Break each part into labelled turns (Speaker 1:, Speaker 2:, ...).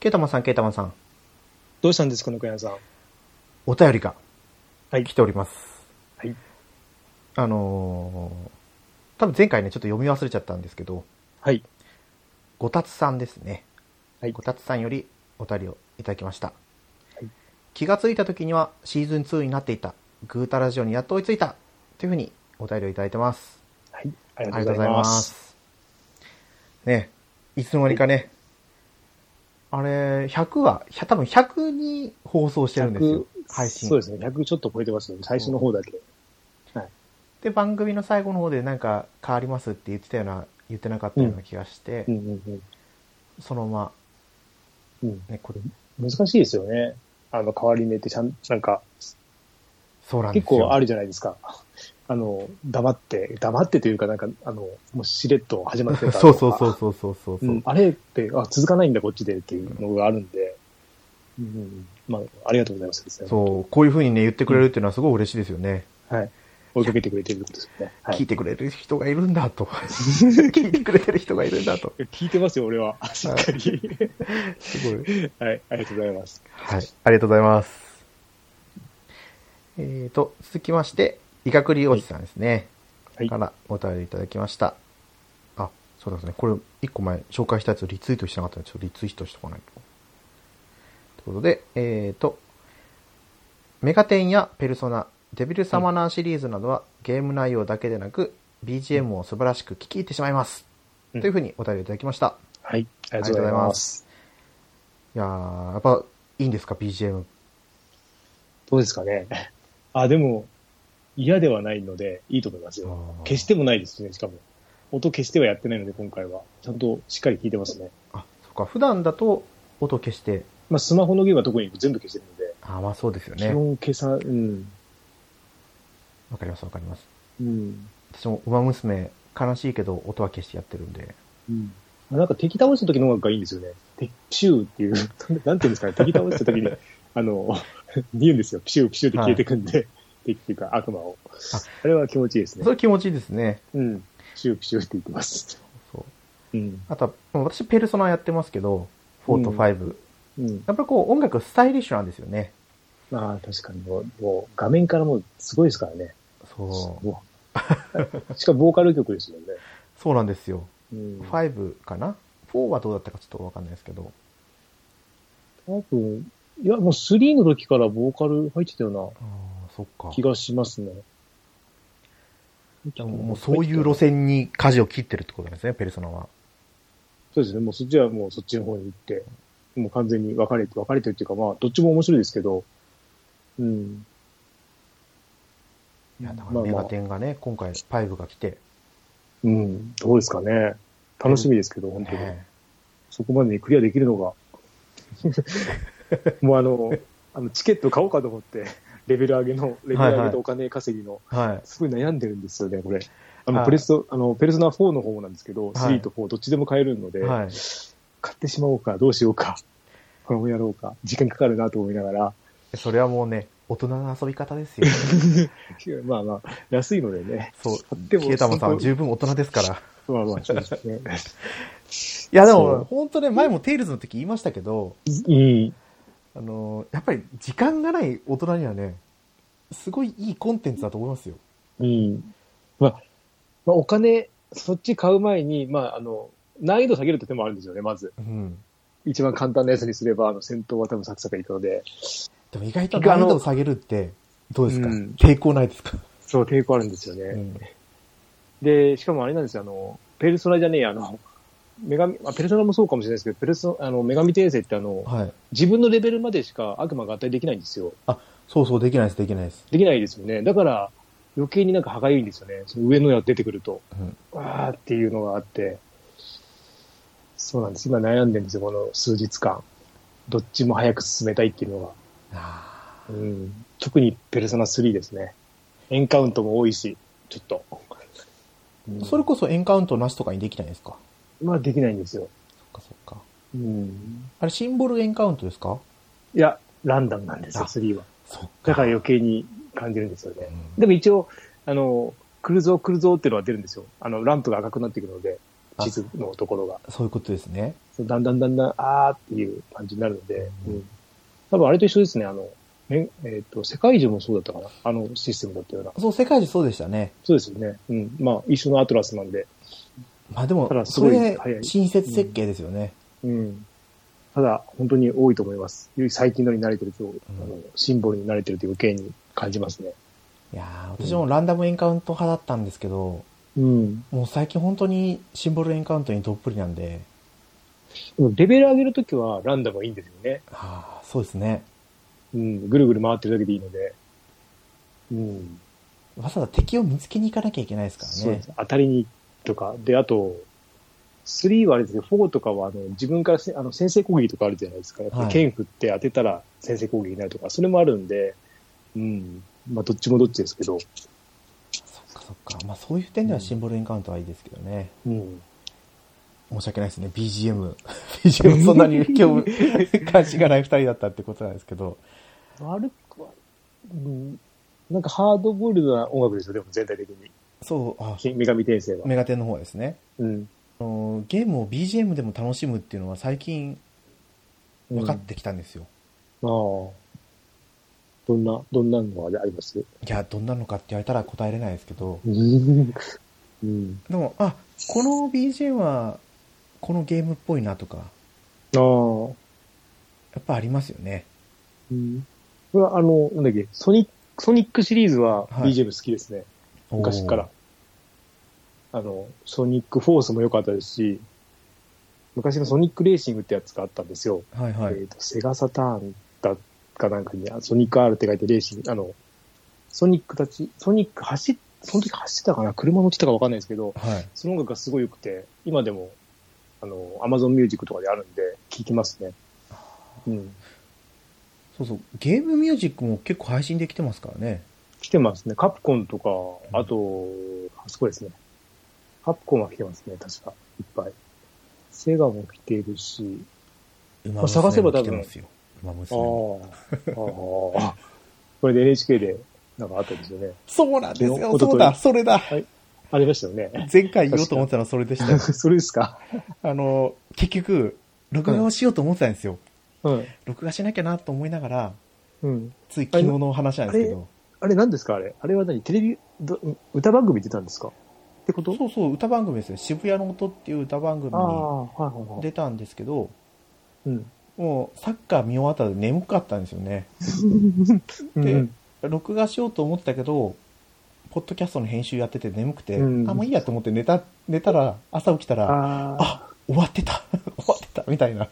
Speaker 1: ケータマンさん、ケータマンさん、
Speaker 2: どうしたんですか、中山さん。
Speaker 1: お便りが
Speaker 2: はい
Speaker 1: 来。ております。
Speaker 2: はい。
Speaker 1: あのー、多分前回ね、ちょっと読み忘れちゃったんですけど、
Speaker 2: はい。
Speaker 1: ごたつさんですね。
Speaker 2: はい
Speaker 1: ごたつさんよりお便りをいただきました。
Speaker 2: はい
Speaker 1: 気がついた時にはシーズン2になっていた。グータラジオにやっと追いついた。というふうにお便りをいただいてます。
Speaker 2: はい。あ
Speaker 1: あ
Speaker 2: りがとうござい
Speaker 1: りがとうござい
Speaker 2: ます。
Speaker 1: ます。ね、いつの間にかね、あれ、100は、ひゃ多分100に放送してるんですよ。配信。
Speaker 2: そうですね。100ちょっと超えてますね。最初の方だけ。
Speaker 1: で番組の最後の方でなんか変わりますって言ってたような言ってなかったような気がして、
Speaker 2: うんうん
Speaker 1: そのま
Speaker 2: うん。うん
Speaker 1: まねこれ
Speaker 2: 難しいですよね。あの、変わり目ってちゃん、なんか、
Speaker 1: そうなんです
Speaker 2: 結
Speaker 1: よ
Speaker 2: 構あ
Speaker 1: る
Speaker 2: るじゃないですか。あの、黙って、黙ってというか、なんか、あの、もうしれっと始まってた とか。
Speaker 1: そうそうそうそうそうそうそう
Speaker 2: うん、あれって、あ、続かないんだ、こっちでっていうのがあるんで、うんうん、まあ、ありがとうございますですね。
Speaker 1: そうこういうふうにね言ってくれるっていうのはすごい嬉しいですよね、
Speaker 2: はい。追いかけてくれてるってことですよね。は
Speaker 1: 聞い
Speaker 2: い。
Speaker 1: てくれる人がいるんだ と聞いてくれてる人がいるんだと
Speaker 2: 聞いてますよ、俺は。 しっかり。
Speaker 1: すごい
Speaker 2: はい、ありがとうございます。
Speaker 1: はい、ありがとうございます。えーと、続きまして、医学理おじさんですね。
Speaker 2: はい
Speaker 1: からお便りいただきました。あ、そうですね。これ、一個前紹介したやつをリツイートしなかったので、ちょっとリツイートしとかないと。ということで、えーと、メガテンやペルソナ、デビルサマナーシリーズなどは、ゲーム内容だけでなく、BGM を素晴らしく聴き入ってしまいます。
Speaker 2: うん
Speaker 1: というふうにお便りいただきました。
Speaker 2: はい、ありがとうございます。
Speaker 1: いやー、やっぱ、いいんですか、BGM。
Speaker 2: どうですかね。あ、でも、嫌ではないので、いいと思いますよ。消しててもないですね、しかも。音消してはやってないので、今回は。ちゃんとしっかり聞いてますね。
Speaker 1: あ、そっか、普段だと音消して、
Speaker 2: まあ、スマホのゲームは特に全部消してるので、
Speaker 1: あ、まあそうですよ
Speaker 2: 基
Speaker 1: ね。
Speaker 2: 本消さ、うん。
Speaker 1: わかりますわかります。
Speaker 2: うん。
Speaker 1: 私も馬娘、悲しいけど音は消してやってるんで。
Speaker 2: うん。なんか敵倒した時の音楽がいいんですよね。敵シューっていう、なんていうんです かね、敵倒した時に、あの、 言うんですよ。ピシューピシューって消えてくんで、 敵っていうか悪魔を。
Speaker 1: あ
Speaker 2: あれは気持ちいいです
Speaker 1: そ
Speaker 2: ね。
Speaker 1: れ気持ちいいですね。
Speaker 2: うん。ピシューピシューって言ってます。
Speaker 1: そう。
Speaker 2: うん。
Speaker 1: あとは、もう私ペルソナやってますけど、4と5。
Speaker 2: うん。
Speaker 1: やっぱりこう音楽スタイリッシュなんですよね。
Speaker 2: まあ、確かにもう、もう画面からもうすごいですからね。
Speaker 1: そう。
Speaker 2: もう しかもボーカル曲ですよね。
Speaker 1: そうなんですよ。
Speaker 2: うん。
Speaker 1: 5かな ?4 はどうだったかちょっとわかんないですけど。
Speaker 2: 多分、いや、もう3の時からボーカル入ってたよう
Speaker 1: ああ、そっか
Speaker 2: な気。がしますね。
Speaker 1: もうそういう路線に舵を切ってるってことなんですね、ペルソナは。
Speaker 2: そうですね。もうそっちはもうそっちの方に行って、もう完全に分かれて、分かれてるっていうか、まあ、どっちも面白いですけど、うん。
Speaker 1: いや、だか
Speaker 2: ま
Speaker 1: ら
Speaker 2: あ
Speaker 1: メ
Speaker 2: ま
Speaker 1: ガ
Speaker 2: あ、
Speaker 1: テンがね、今回5が来て、
Speaker 2: うん。どうですかね。楽しみですけど、本当に。
Speaker 1: ね
Speaker 2: そこまでにクリアできるの が。もうあの、あのチケット買おうかと思って、レベル上げの、レベル
Speaker 1: はいはい
Speaker 2: 上げとお金稼ぎの、
Speaker 1: はい。
Speaker 2: すごい悩んでるんですよね、これ。あ
Speaker 1: は
Speaker 2: の、
Speaker 1: い
Speaker 2: プレスト、あの、ペルソナ4の方なんですけど、
Speaker 1: はい
Speaker 2: 3と4、どっちでも買えるので、
Speaker 1: はい。
Speaker 2: 買ってしまおうか、どうしようか、 これもやろうか、時間かかるなと思いながら、
Speaker 1: それはもうね、大人の遊び方ですよ。
Speaker 2: まあまあ、安いのでね。
Speaker 1: そう。
Speaker 2: でも
Speaker 1: ケータマさんは
Speaker 2: そ
Speaker 1: 十分大人ですから。い
Speaker 2: こまあまあ、そうですね。
Speaker 1: や、で
Speaker 2: そ
Speaker 1: も、
Speaker 2: う
Speaker 1: 本当ね、前もテイルズの時言いましたけど、
Speaker 2: いい。
Speaker 1: あの、やっぱり時間がない大人にはね、すごいいいコンテンツだと思いますよ。
Speaker 2: うん。まあ、まあ、お金、そっち買う前に、まあ、あの、難易度下げるって手もあるんですよね、まず。
Speaker 1: うん。
Speaker 2: 一番簡単なやつにすれば、あの、戦闘は多分サクサクいくので。
Speaker 1: でも意外と難易度を下げるって、どうですか、
Speaker 2: うん
Speaker 1: 抵抗ないですか、
Speaker 2: そう、抵抗あるんですよね。
Speaker 1: うん、
Speaker 2: で、しかもあれなんですよ、あの、ペルソナじゃねえや、あの、女神、まあ、ペルソナもそうかもしれないですけど、ペルソ、あの、女神転生ってあの、
Speaker 1: はい。
Speaker 2: 自分のレベルまでしか悪魔が合体できないんですよ。
Speaker 1: そうそう、できないです、できないです。
Speaker 2: できないですよね。だから、余計になんか歯がゆいんですよね。その上のやつ出てくると。
Speaker 1: うん
Speaker 2: わーっていうのがあって。そうなんです。今悩んでるんですよ、この数日間。どっちも早く進めたいっていうのが。
Speaker 1: あ
Speaker 2: うん、特にペルソナ3ですね。エンカウントも多いし、ちょっと。うん
Speaker 1: ーそれこそエンカウントなしとかにできないですか
Speaker 2: まあできないんですよ。
Speaker 1: そっかそっか。
Speaker 2: うん、
Speaker 1: あれ、シンボルエンカウントですか
Speaker 2: いや、ランダムなんですよ、
Speaker 1: あ
Speaker 2: 3は。
Speaker 1: そっか
Speaker 2: だから余計に感じるんですよね。
Speaker 1: うん
Speaker 2: でも一応、あの、来るぞ来るぞっていうのは出るんですよ。あの、ランプが赤くなってくるので。地図のところが。
Speaker 1: そういうことですね。
Speaker 2: そうだんだんだんだん、あーっていう感じになるので、
Speaker 1: う
Speaker 2: うんん多分あれと一緒ですね、あの、ねえっ、と、世界中もそうだったかな、あのシステムだったような。
Speaker 1: そう、世界中そうでしたね。
Speaker 2: そうですよね。うん。まあ、一緒のアトラスなんで。
Speaker 1: まあでも
Speaker 2: た、だす
Speaker 1: そ
Speaker 2: ごい
Speaker 1: れ
Speaker 2: 早、い
Speaker 1: 親切設計ですよね。
Speaker 2: うん。ただ、本当に多いと思います。最近のに慣れてると、あのシンボルに慣れてると余計に感じますね。
Speaker 1: いやー私もランダムエンカウント派だったんですけど、
Speaker 2: うん。
Speaker 1: もう最近本当にシンボルエンカウントにどっぷりなんで、
Speaker 2: でもレベル上げるときはランダムはいいんですよね。
Speaker 1: あーそうですね。
Speaker 2: うん。ぐるぐる回ってるだけでいいので。うん。
Speaker 1: わざわざ敵を見つけに行かなきゃいけないですからね。
Speaker 2: そうです。当たりにとか。で、あと、3はあれですけど、4とかはあの自分からせあの先制攻撃とかあるじゃないですか。やっぱ
Speaker 1: はい
Speaker 2: り剣振って当てたら先制攻撃になるとか、それもあるんで、うん。まあ、どっちもどっちですけど、
Speaker 1: そっかそっか。まあそういう点ではシンボルエンカウントはいいですけどね。
Speaker 2: うん。
Speaker 1: 申し訳ないですね。BGM。BGM そんなに興味、関心がない二人だったってことなんですけど。
Speaker 2: 悪くは、うん、なんかハードボイルドな音楽ですよ、でも全体的に。
Speaker 1: そう、あ、
Speaker 2: き女神転生は。
Speaker 1: メガテンの方はですね。
Speaker 2: うん。
Speaker 1: あのゲームを BGM でも楽しむっていうのは最近分かってきたんですよ。
Speaker 2: ああ。どんな、どんなのがあります
Speaker 1: いや、どんなのかって言われたら答えれないですけど。
Speaker 2: うん。うん。
Speaker 1: でも、あ、この BGM は、このゲームっぽいなとか、
Speaker 2: ああ。
Speaker 1: やっぱありますよね。
Speaker 2: うん。これはあの、なんだっけ、ソニック、ソニックシリーズは
Speaker 1: はい
Speaker 2: BGM 好きですね。昔から。あの、ソニックフォースも良かったですし、昔のソニックレーシングってやつがあったんですよ。
Speaker 1: おー。はいはい
Speaker 2: えっ、。と、セガサターンだかなんかに、あソニック R って書いてレーシング、あの、ソニックたち、ソニック走っ、その時走ってたかな車乗ってたかわかんないですけど、
Speaker 1: はい。
Speaker 2: その音楽がすごい良くて、今でも、あの、アマゾンミュージックとかであるんで、聴きますね。うん。
Speaker 1: そうそう。ゲームミュージックも結構配信できてますからね。
Speaker 2: 来てますね。カプコンとか、あと、あそこですね。カプコンは来てますね、確か。いっぱい。セガも来てるし、
Speaker 1: 馬
Speaker 2: あ探せば
Speaker 1: 娘も来て
Speaker 2: 多分
Speaker 1: ますよ。馬
Speaker 2: あ
Speaker 1: 娘
Speaker 2: あ
Speaker 1: も。
Speaker 2: ー、ああ、これで NHK で、なんかあったんですよね。
Speaker 1: そうなんです
Speaker 2: 昨
Speaker 1: よ。
Speaker 2: 日
Speaker 1: そうだ、それだ。
Speaker 2: ありましたよね。
Speaker 1: 前回言おうと思ってたのはそれでしたよ。
Speaker 2: それですか
Speaker 1: あの、結局、録画をしようと思ってたんですよ。
Speaker 2: うん。
Speaker 1: 録画しなきゃなと思いながら、
Speaker 2: うん。
Speaker 1: つい昨日の話なんですけど。
Speaker 2: あれ何ですかあれ。あれは何テレビ、ど歌番組出たんですかってこと
Speaker 1: そうそう、歌番組ですよ。渋谷の音っていう歌番組
Speaker 2: あ
Speaker 1: に
Speaker 2: あ、はいはいはい。
Speaker 1: 出たんですけど、
Speaker 2: うん。
Speaker 1: もうサッカー見終わったら眠かったんですよね。
Speaker 2: うん
Speaker 1: 録画しようと思ってたけど、ポッドキャストの編集やってて眠くて、
Speaker 2: うん
Speaker 1: あ、もういいやと思って寝た、寝たら、朝起きたら、
Speaker 2: ああ、
Speaker 1: あ、終わってた 終わってたみたいな。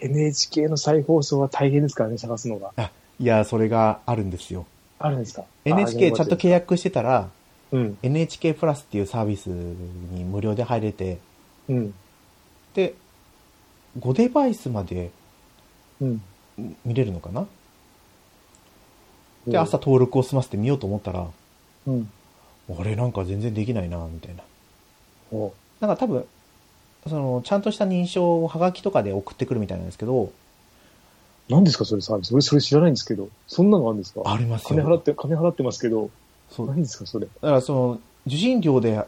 Speaker 2: NHK の再放送は大変ですからね、探すのが。
Speaker 1: いや、それがあるんですよ。
Speaker 2: あるんですか
Speaker 1: NHK ちゃんと
Speaker 2: と
Speaker 1: 契約してたら、
Speaker 2: うん。
Speaker 1: NHK プラスっていうサービスに無料で入れて、
Speaker 2: うん。
Speaker 1: で、5デバイスまで
Speaker 2: うん。
Speaker 1: 見れるのかなで、朝、登録を済ませて見ようと思ったら、
Speaker 2: うん。
Speaker 1: 俺なんか全然できないな、みたいな。
Speaker 2: おう
Speaker 1: なんか多分、その、ちゃんとした認証をハガキとかで送ってくるみたいなんですけど、
Speaker 2: 何ですかそれサービス。俺それ知らないんですけど。そんなのあるんですか
Speaker 1: あります
Speaker 2: 金払っ
Speaker 1: よ。
Speaker 2: て、金払ってますけど。
Speaker 1: そう。だ
Speaker 2: 何ですかそれ。
Speaker 1: からその、受信料で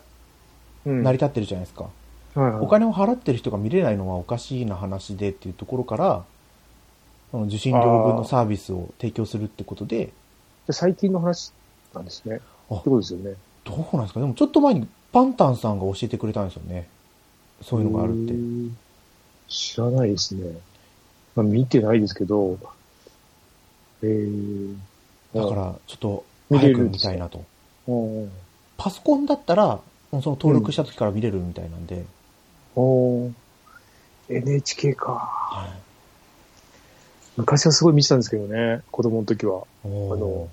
Speaker 2: うん
Speaker 1: 成り立ってるじゃないですか。
Speaker 2: はいはい
Speaker 1: お金を払ってる人が見れないのはおかしいな話でっていうところから、その受信料分のサービスを提供するってことで、
Speaker 2: で最近の話なんですね。って
Speaker 1: あ
Speaker 2: ことですよね。
Speaker 1: どうなんですかでもちょっと前にパンタンさんが教えてくれたんですよね。そういうのがあるって
Speaker 2: う。ーん知らないですね。まあ、見てないですけど、えー、
Speaker 1: だから、ちょっと
Speaker 2: 見れ
Speaker 1: 早く
Speaker 2: るん
Speaker 1: 見
Speaker 2: です
Speaker 1: た
Speaker 2: よ
Speaker 1: いなと。
Speaker 2: うん、うん
Speaker 1: パソコンだったら、もうその登録した時から見れるみたいなんで、
Speaker 2: おー NHK か。
Speaker 1: はい。
Speaker 2: 昔はすごい見てたんですけどね、子供の時は。
Speaker 1: おー
Speaker 2: あの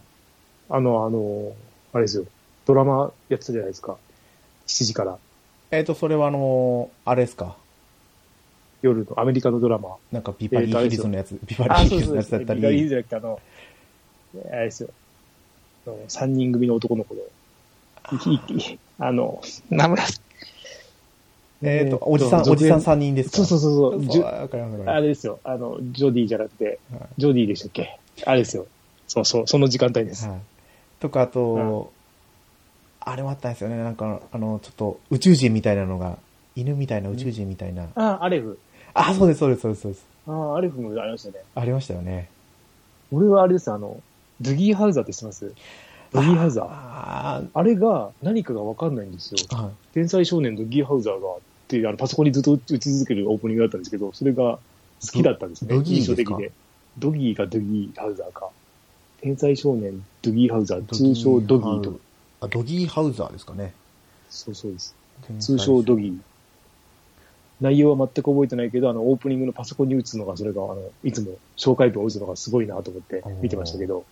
Speaker 2: あの、あの、あれですよ、ドラマやってたじゃないですか。7時から、
Speaker 1: えっ、と、それはあのーあれですか。
Speaker 2: 夜のアメリカのドラマ。
Speaker 1: なんかビバリーヒルズのやつ、ビバリ
Speaker 2: あ、
Speaker 1: ー
Speaker 2: そ
Speaker 1: ヒ
Speaker 2: う
Speaker 1: ルズ
Speaker 2: そう
Speaker 1: の
Speaker 2: で
Speaker 1: やつ
Speaker 2: す
Speaker 1: だ
Speaker 2: ね。
Speaker 1: った
Speaker 2: ビバリーヒルズ
Speaker 1: り、
Speaker 2: じゃなくて、あの、あれですよ、あの3人組の男の子で。いいいい あの、名村。
Speaker 1: えっ、と、おじさん、
Speaker 2: 続
Speaker 1: おじさん
Speaker 2: 編
Speaker 1: 3人ですか
Speaker 2: そうそううそうそう。じゅ
Speaker 1: わかりますわか
Speaker 2: あ
Speaker 1: り
Speaker 2: れですよ。あの、ジョディじゃなくて
Speaker 1: はい、
Speaker 2: ジョディでしたっけあれですよ。そうそう、その時間帯で
Speaker 1: ます
Speaker 2: す。
Speaker 1: はい。とか、あと、あれもあったんですよね。なんか、あの、ちょっと宇宙人みたいなのが犬みたいな宇宙人みたいな。
Speaker 2: ああ、アレフ。
Speaker 1: あ、そうです、そうです、そうです、そうです。
Speaker 2: ああ、アレフもありましたね。
Speaker 1: ありましたよね。
Speaker 2: 俺はあれです、あの、ブギーハウザーって知ってますブギーハウザー。
Speaker 1: あー
Speaker 2: あれが何かがわかんないんですよ。
Speaker 1: あー、はい。
Speaker 2: 天才少年ブギーハウザーがって、あのパソコンにずっと打ち続けるオープニングだったんですけど、それが好きだったんですね。
Speaker 1: ドドギーで
Speaker 2: 印
Speaker 1: すか
Speaker 2: 象的で。ドギーかドギーハウザーか。天才少年ドギーハウザー、
Speaker 1: ドギー
Speaker 2: 通称ドギーと。
Speaker 1: あ、ドギーハウザーですかね。
Speaker 2: そうそうです。通称ドギー。内容は全く覚えてないけど、あの、オープニングのパソコンに打つのが、それが、あの、いつも紹介文を打つのがすごいなと思って見てましたけど、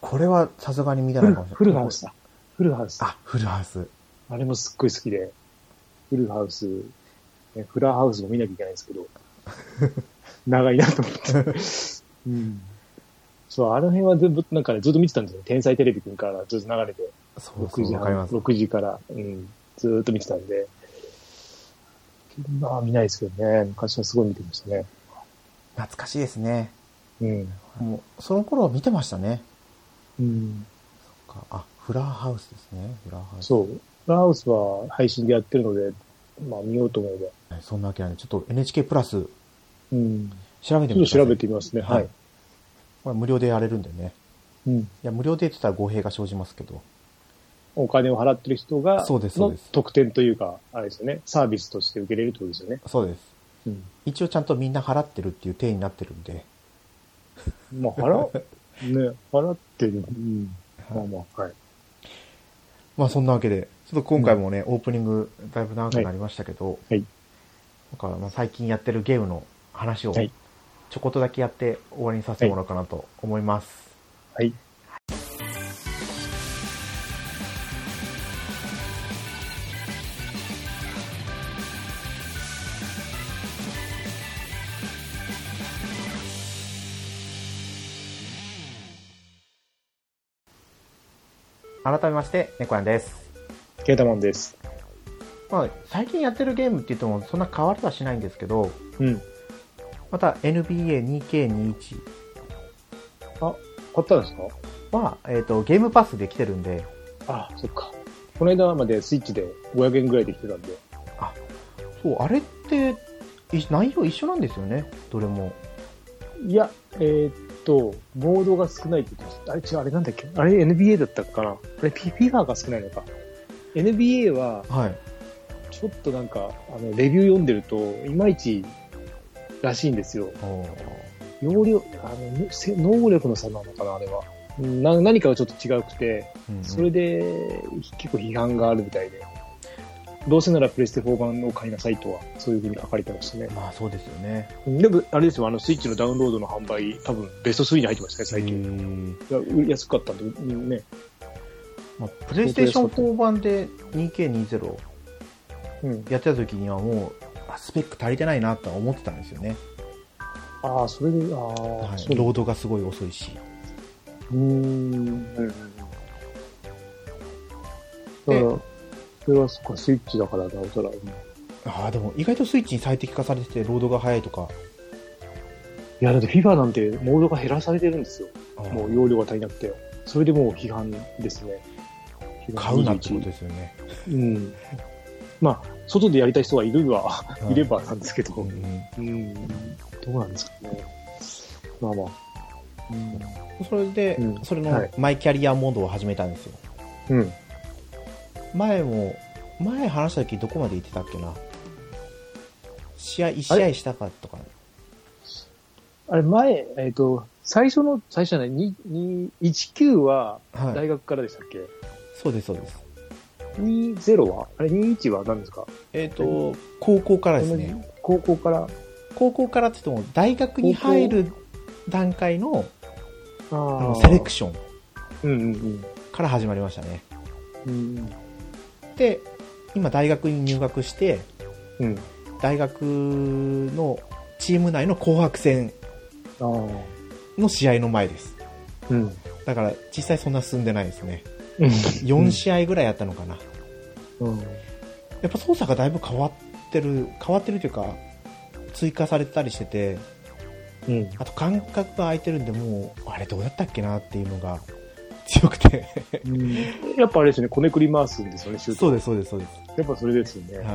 Speaker 1: これはさすがに見て
Speaker 2: フ
Speaker 1: ない
Speaker 2: ル
Speaker 1: かもしれない。
Speaker 2: フルハウスだ。フルハウス。
Speaker 1: あ、フルハウス。
Speaker 2: あれもすっごい好きで、フルハウス、ねフラーハウスも見なきゃいけないんです けど、長いなと思って。うん。そう、あの辺は全部、なんかね、ずっと見てたんですよ。天才テレビくんからずっと流れて、
Speaker 1: そうそ
Speaker 2: 6
Speaker 1: う、
Speaker 2: 時
Speaker 1: わかり
Speaker 2: 半、
Speaker 1: ます。
Speaker 2: 6時から、うん、ずーっと見てたんで。まあ見ないですけどね、昔はすごい見てましたね。
Speaker 1: 懐かしいですね。
Speaker 2: うん。
Speaker 1: もう、その頃は見てましたね。
Speaker 2: うん、
Speaker 1: あ、フラーハウスですね。フラーハウス。
Speaker 2: そう。フラーハウスは配信でやってるので、まあ見ようと思えば。
Speaker 1: はいそんなわけなんで、ちょっと NHK プラス
Speaker 2: うん。
Speaker 1: 調べて
Speaker 2: ちょ
Speaker 1: みくだ
Speaker 2: ってと
Speaker 1: さい。
Speaker 2: 調べてみますね。は
Speaker 1: はいい。これ無料でやれるんでね。
Speaker 2: うん。
Speaker 1: いや、無料でって言ったら語弊が生じますけど。
Speaker 2: お金を払ってる人が、
Speaker 1: そうですそう
Speaker 2: の
Speaker 1: です
Speaker 2: 特典というか、あれですよね、サービスとして受けれるってことですよね。
Speaker 1: そうです。
Speaker 2: うん。
Speaker 1: 一応ちゃんとみんな払ってるっていう体になってるんで。
Speaker 2: まあ、払 う、ね、払ってる。うん。まあまあ、はい。
Speaker 1: まあそんなわけで、ちょっと今回もね、オープニングだいぶ長くなりましたけど、
Speaker 2: はい
Speaker 1: だからまあ最近やってるゲームの話を、
Speaker 2: はい
Speaker 1: ちょこっとだけやって終わりにさせてもらおうかなと思います。
Speaker 2: はい。
Speaker 1: 改めまして、猫やんです。
Speaker 2: ケータマンです。
Speaker 1: まあ、最近やってるゲームって言ってもそんな変わりはしないんですけど、
Speaker 2: うん。
Speaker 1: また NBA2K21
Speaker 2: 買ったんですか
Speaker 1: は、えっ、と、ゲームパスで来てるんで、
Speaker 2: あそっか。この間までスイッチで500円ぐらいで来てたんで。
Speaker 1: そう、あれって、い内容一緒なんですよね、どれも。
Speaker 2: いや、えーっと、ボードが少ないって言ってました。あれ違う、あれなんだっけあれ NBA だったかなあれ P- FIFA が少ないのか。NBA は、
Speaker 1: はい。
Speaker 2: ちょっとなんか、あの、レビュー読んでると、いまいちらしいんですよ。容量、あのぬせ能力の差なのかな、あれは。うんな何かがちょっと違くて、それで結構批判があるみたいで、どうせならプレステ4版を買いなさいとは、そういうふうに書かれてましたね。
Speaker 1: まあそうですよね。
Speaker 2: でも、あれですよ、あのスイッチのダウンロードの販売、多分ベスト3に入ってましたね、最近。
Speaker 1: 近。
Speaker 2: いやう安かったんで、うんね。
Speaker 1: まあ、プレイステーション4版で 2K20
Speaker 2: うん、
Speaker 1: やってた時にはもう、あスペック足りてないなとは思ってたんですよね。
Speaker 2: ああ、それで、ああ、
Speaker 1: はい
Speaker 2: そう
Speaker 1: ロードがすごい遅いし。
Speaker 2: うーん。うん
Speaker 1: で
Speaker 2: だから、それはそっか、スイッチだからなおさら。うん
Speaker 1: ああ、でも意外とスイッチに最適化されてて、ロードが速いとか。
Speaker 2: いや、だって FIFA なんてモードが減らされてるんですよ。もう容量が足りなくて。それでもう批判ですね。
Speaker 1: 買うなってことですよね。
Speaker 2: うん。まあ、外でやりたい人がいるは、いればなんですけど、
Speaker 1: うん
Speaker 2: う
Speaker 1: うん
Speaker 2: ん。どうなんですかね。まあまあ。う
Speaker 1: それで、
Speaker 2: うん
Speaker 1: それ
Speaker 2: は
Speaker 1: の
Speaker 2: い
Speaker 1: マイキャリアモードを始めたんですよ。
Speaker 2: ん。うん。
Speaker 1: 前も、前話した時どこまで行ってたっけな。試合、1試合したかとか。
Speaker 2: あれ、前、えっ、と、最初の、最初じゃない、にに19は
Speaker 1: はい。
Speaker 2: 大学からでしたっけ、
Speaker 1: そうです、そうです。
Speaker 2: ?20 はあれ、21は何ですか
Speaker 1: えっ、と、高校からです
Speaker 2: 同
Speaker 1: ね。
Speaker 2: じ高校から。
Speaker 1: 高校からって言っても、大学に入る段階の
Speaker 2: あ
Speaker 1: あ
Speaker 2: ー
Speaker 1: のセレクション
Speaker 2: うんうん
Speaker 1: から始まりましたね。
Speaker 2: うん。うん
Speaker 1: で、今大学に入学して、
Speaker 2: うん。
Speaker 1: 大学のチーム内の紅白戦
Speaker 2: ああ。
Speaker 1: の試合の前です。
Speaker 2: うん。
Speaker 1: だから実際そんな進んでないですね。
Speaker 2: うん
Speaker 1: 4試合ぐらいやったのかな。
Speaker 2: うん。
Speaker 1: やっぱ操作がだいぶ変わってる、変わってるというか、追加されてたりしてて、
Speaker 2: うん。
Speaker 1: あと間隔が空いてるんで、もう、あれどうやったっけなっていうのが、強くて。
Speaker 2: やっぱあれですね、こねくり回すんですよね、シュート。
Speaker 1: そうです、そうです、そうです。
Speaker 2: やっぱそれですよね。
Speaker 1: はい。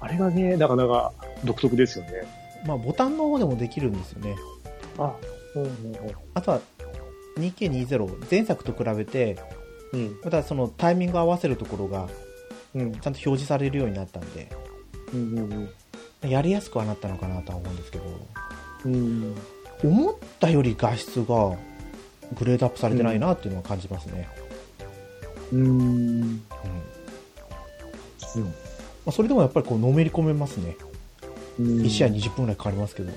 Speaker 2: あれがね、なかなか独特ですよね。
Speaker 1: まあ、ボタンの方でもできるんですよね。
Speaker 2: あ、うんうんうん。
Speaker 1: あとは、2K20、前作と比べて、
Speaker 2: うん、
Speaker 1: またそのタイミング合わせるところが、
Speaker 2: うん、
Speaker 1: ちゃんと表示されるようになったんで、
Speaker 2: うん、うん
Speaker 1: やりやすくはなったのかなとは思うんですけど、
Speaker 2: うん。うん。
Speaker 1: 思ったより画質がグレードアップされてないなっていうのは感じますね。
Speaker 2: うん。
Speaker 1: うん。まあ、それでもやっぱりこう、のめり込めますね。
Speaker 2: うん
Speaker 1: 1試合20分ぐらいかかりますけど、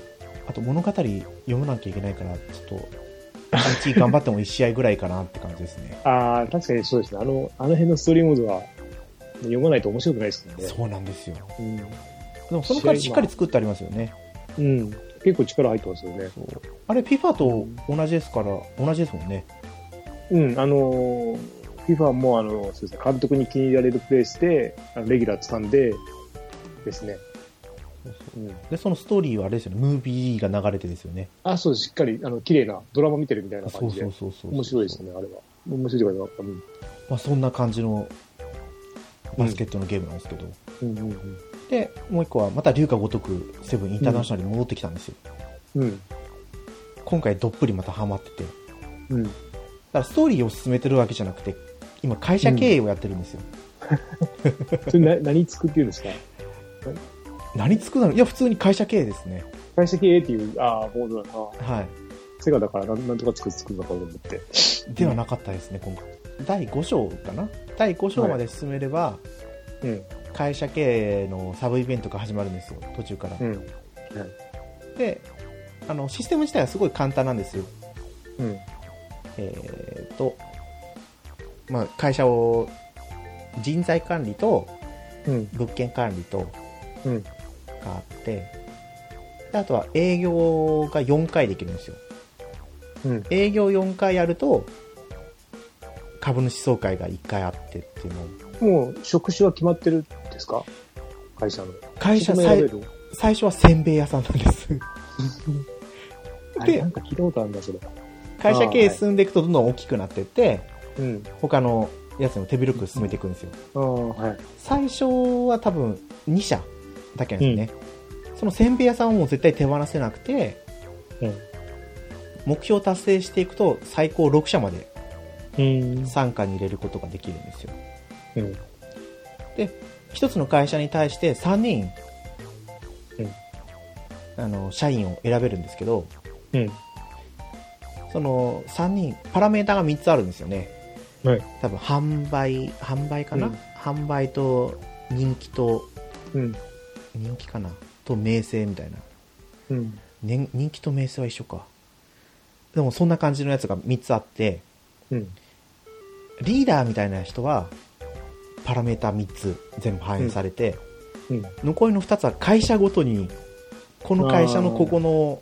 Speaker 1: あと物語読まなきゃいけないから、ちょっと、1日頑張っても1試合ぐらいかなって感じです ね。
Speaker 2: ああ、確かにそうですね。あの、あの辺のストーリーモードは、読まないと面白くないですもんね。
Speaker 1: そうなんですよ。で
Speaker 2: う。
Speaker 1: もその代わりしっかり作ってありますよね。
Speaker 2: ん。うん。結構力入ってますよね。
Speaker 1: そうあれ、FIFA と同じですから、同じですもんね。
Speaker 2: うん、あのー、FIFA も、あの、そうですね、監督に気に入られるプレーして、あのレギュラー掴んで、ですね。うん、
Speaker 1: で、そのストーリーはあれですよね、ムービーが流れてですよね。
Speaker 2: あ、そうです。しっかり、あの、綺麗な、ドラマ見てるみたいな
Speaker 1: そ
Speaker 2: 感
Speaker 1: う
Speaker 2: じで。
Speaker 1: そうそうそう。
Speaker 2: 面白いですね、あれは。面白いというか、うん
Speaker 1: まあ、そんな感じのバスケットのゲームなんですけど。
Speaker 2: うんうん
Speaker 1: で、もう一個は、また龍が如くセブンインターナショナルに戻ってきたんですよ。
Speaker 2: うん。うん。
Speaker 1: 今回どっぷりまたハマってて。
Speaker 2: うん。
Speaker 1: だからストーリーを進めてるわけじゃなくて、今会社経営をやってるんですよ。
Speaker 2: それな、 何作っていうんですか
Speaker 1: 何作るのいや、普通に会社経営ですね。
Speaker 2: 会社経営っていう、ああ、ボードだな。
Speaker 1: はい。
Speaker 2: セガだからなん、なんとか作る、作るのかと思って。
Speaker 1: ではなかったですね、今回。第5章かな第5章まで進めれば、
Speaker 2: うん。
Speaker 1: 会社経営のサブイベントが始まるんですよ、途中から。
Speaker 2: うん。
Speaker 1: で、あの、システム自体はすごい簡単なんですよ。
Speaker 2: うん。
Speaker 1: えーっと、まあ、会社を人材管理と
Speaker 2: うん。
Speaker 1: 物件管理と
Speaker 2: うん。
Speaker 1: があって、であとは営業が4回できるんですよ。
Speaker 2: うん。
Speaker 1: 営業4回やると、株主総会が1回あってっていうのを、
Speaker 2: もう、職種は決まってるんですか会社の。
Speaker 1: 会社
Speaker 2: そこも選
Speaker 1: 最
Speaker 2: べる
Speaker 1: 最初はせんべい屋さんなんです。
Speaker 2: あれ、なんか聞いたことあるんだ、それ。
Speaker 1: 会社経営進んでいくとどんどん大きくなっていって、
Speaker 2: うん。
Speaker 1: 他のやつにも手広く進めていくんですよ。
Speaker 2: ああ、はい。
Speaker 1: 最初は多分2社だけなんですね。そのせんべい屋さんはもう絶対手放せなくて、
Speaker 2: うん。
Speaker 1: 目標達成していくと最高6社まで
Speaker 2: うん。
Speaker 1: 傘下に入れることができるんですよ。
Speaker 2: うん。
Speaker 1: 一つの会社に対して3人、
Speaker 2: うん
Speaker 1: あの、社員を選べるんですけど、
Speaker 2: うん。
Speaker 1: その3人、パラメータが3つあるんですよね。
Speaker 2: はい。
Speaker 1: 多分、販売、販売かな、
Speaker 2: うん
Speaker 1: 販売と人気と、
Speaker 2: うん。
Speaker 1: 人気かなと名声みたいな。
Speaker 2: うん。
Speaker 1: ね、人気と名声は一緒か。でもそんな感じのやつが3つあって、
Speaker 2: うん。
Speaker 1: リーダーみたいな人は、パラメータ3つ全部反映されて、
Speaker 2: うん。
Speaker 1: 残りの2つは会社ごとに、この会社のここの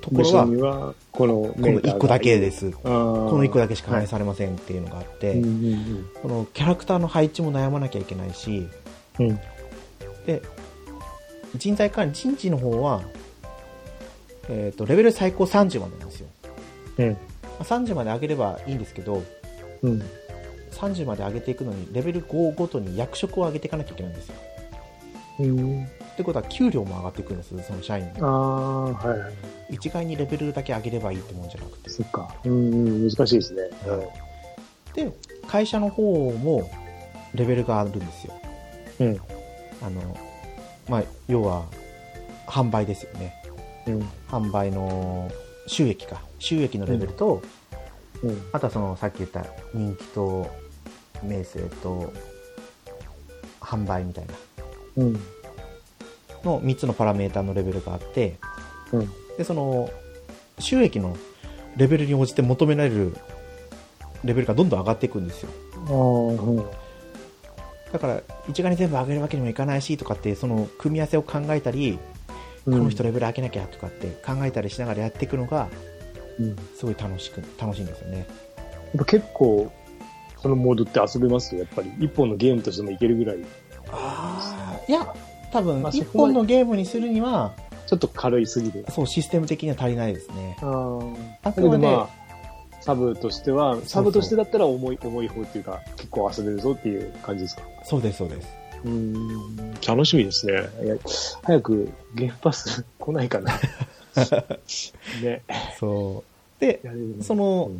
Speaker 1: ところは、こ
Speaker 2: には、この、こ
Speaker 1: の1個だけです。
Speaker 2: あー。
Speaker 1: こ
Speaker 2: こ
Speaker 1: の1個だけしか反映されませんっていうのがあって、
Speaker 2: うんうん
Speaker 1: このキャラクターの配置も悩まなきゃいけないし、
Speaker 2: うん。うん。
Speaker 1: で、人材管理、人事の方は、えっ、と、レベル最高30までなんですよ。
Speaker 2: うん。
Speaker 1: まあ30まで上げればいいんですけど、
Speaker 2: うん。
Speaker 1: 30まで上げていくのに、レベル5ごとに役職を上げていかなきゃいけないんですよ。
Speaker 2: うん。
Speaker 1: ってことは、給料も上がってくるんです、その社員
Speaker 2: ああ、はいはい。
Speaker 1: 一概にレベルだけ上げればいいってもんじゃなくて。
Speaker 2: そっか。うんうん、難しいですね。
Speaker 1: で、会社の方も、レベルがあるんですよ。
Speaker 2: うん。
Speaker 1: あの、まあ、要は、販売ですよね。
Speaker 2: うん。
Speaker 1: 販売の収益か収益のレベルと、
Speaker 2: うん。
Speaker 1: あとはそのさっき言った人気と名声と販売みたいな
Speaker 2: うん。
Speaker 1: の3つのパラメータのレベルがあって
Speaker 2: うん。
Speaker 1: でその収益のレベルに応じて求められるレベルがどんどん上がっていくんですよ
Speaker 2: ああ、うん。
Speaker 1: だから一概に全部上げるわけにもいかないしとかってその組み合わせを考えたり、この人レベル上げなきゃとかって考えたりしながらやっていくのが
Speaker 2: うん。やっ
Speaker 1: すごい楽しく楽しいんですよね
Speaker 2: ぱ結構、そのモードって遊べますよ、やっぱり。一本のゲームとしてもいけるぐらい。
Speaker 1: ああ、いや、多分、
Speaker 2: まあ
Speaker 1: 一
Speaker 2: そこま
Speaker 1: 本
Speaker 2: で
Speaker 1: のゲームにするには、
Speaker 2: ちょっと軽いすぎる。
Speaker 1: そう、システム的には足りないですね。
Speaker 2: ああ。
Speaker 1: あ
Speaker 2: だけ
Speaker 1: くま
Speaker 2: ど
Speaker 1: で、
Speaker 2: まあ、サブとしては、
Speaker 1: う
Speaker 2: サブとしてだったら重い、重い方っていうか、結構遊べるぞっていう感じですか
Speaker 1: そうです、そうです。
Speaker 2: うん、楽しみですね。いや早くゲームパス来ないか な。ね、
Speaker 1: そう。で、
Speaker 2: やれる
Speaker 1: その、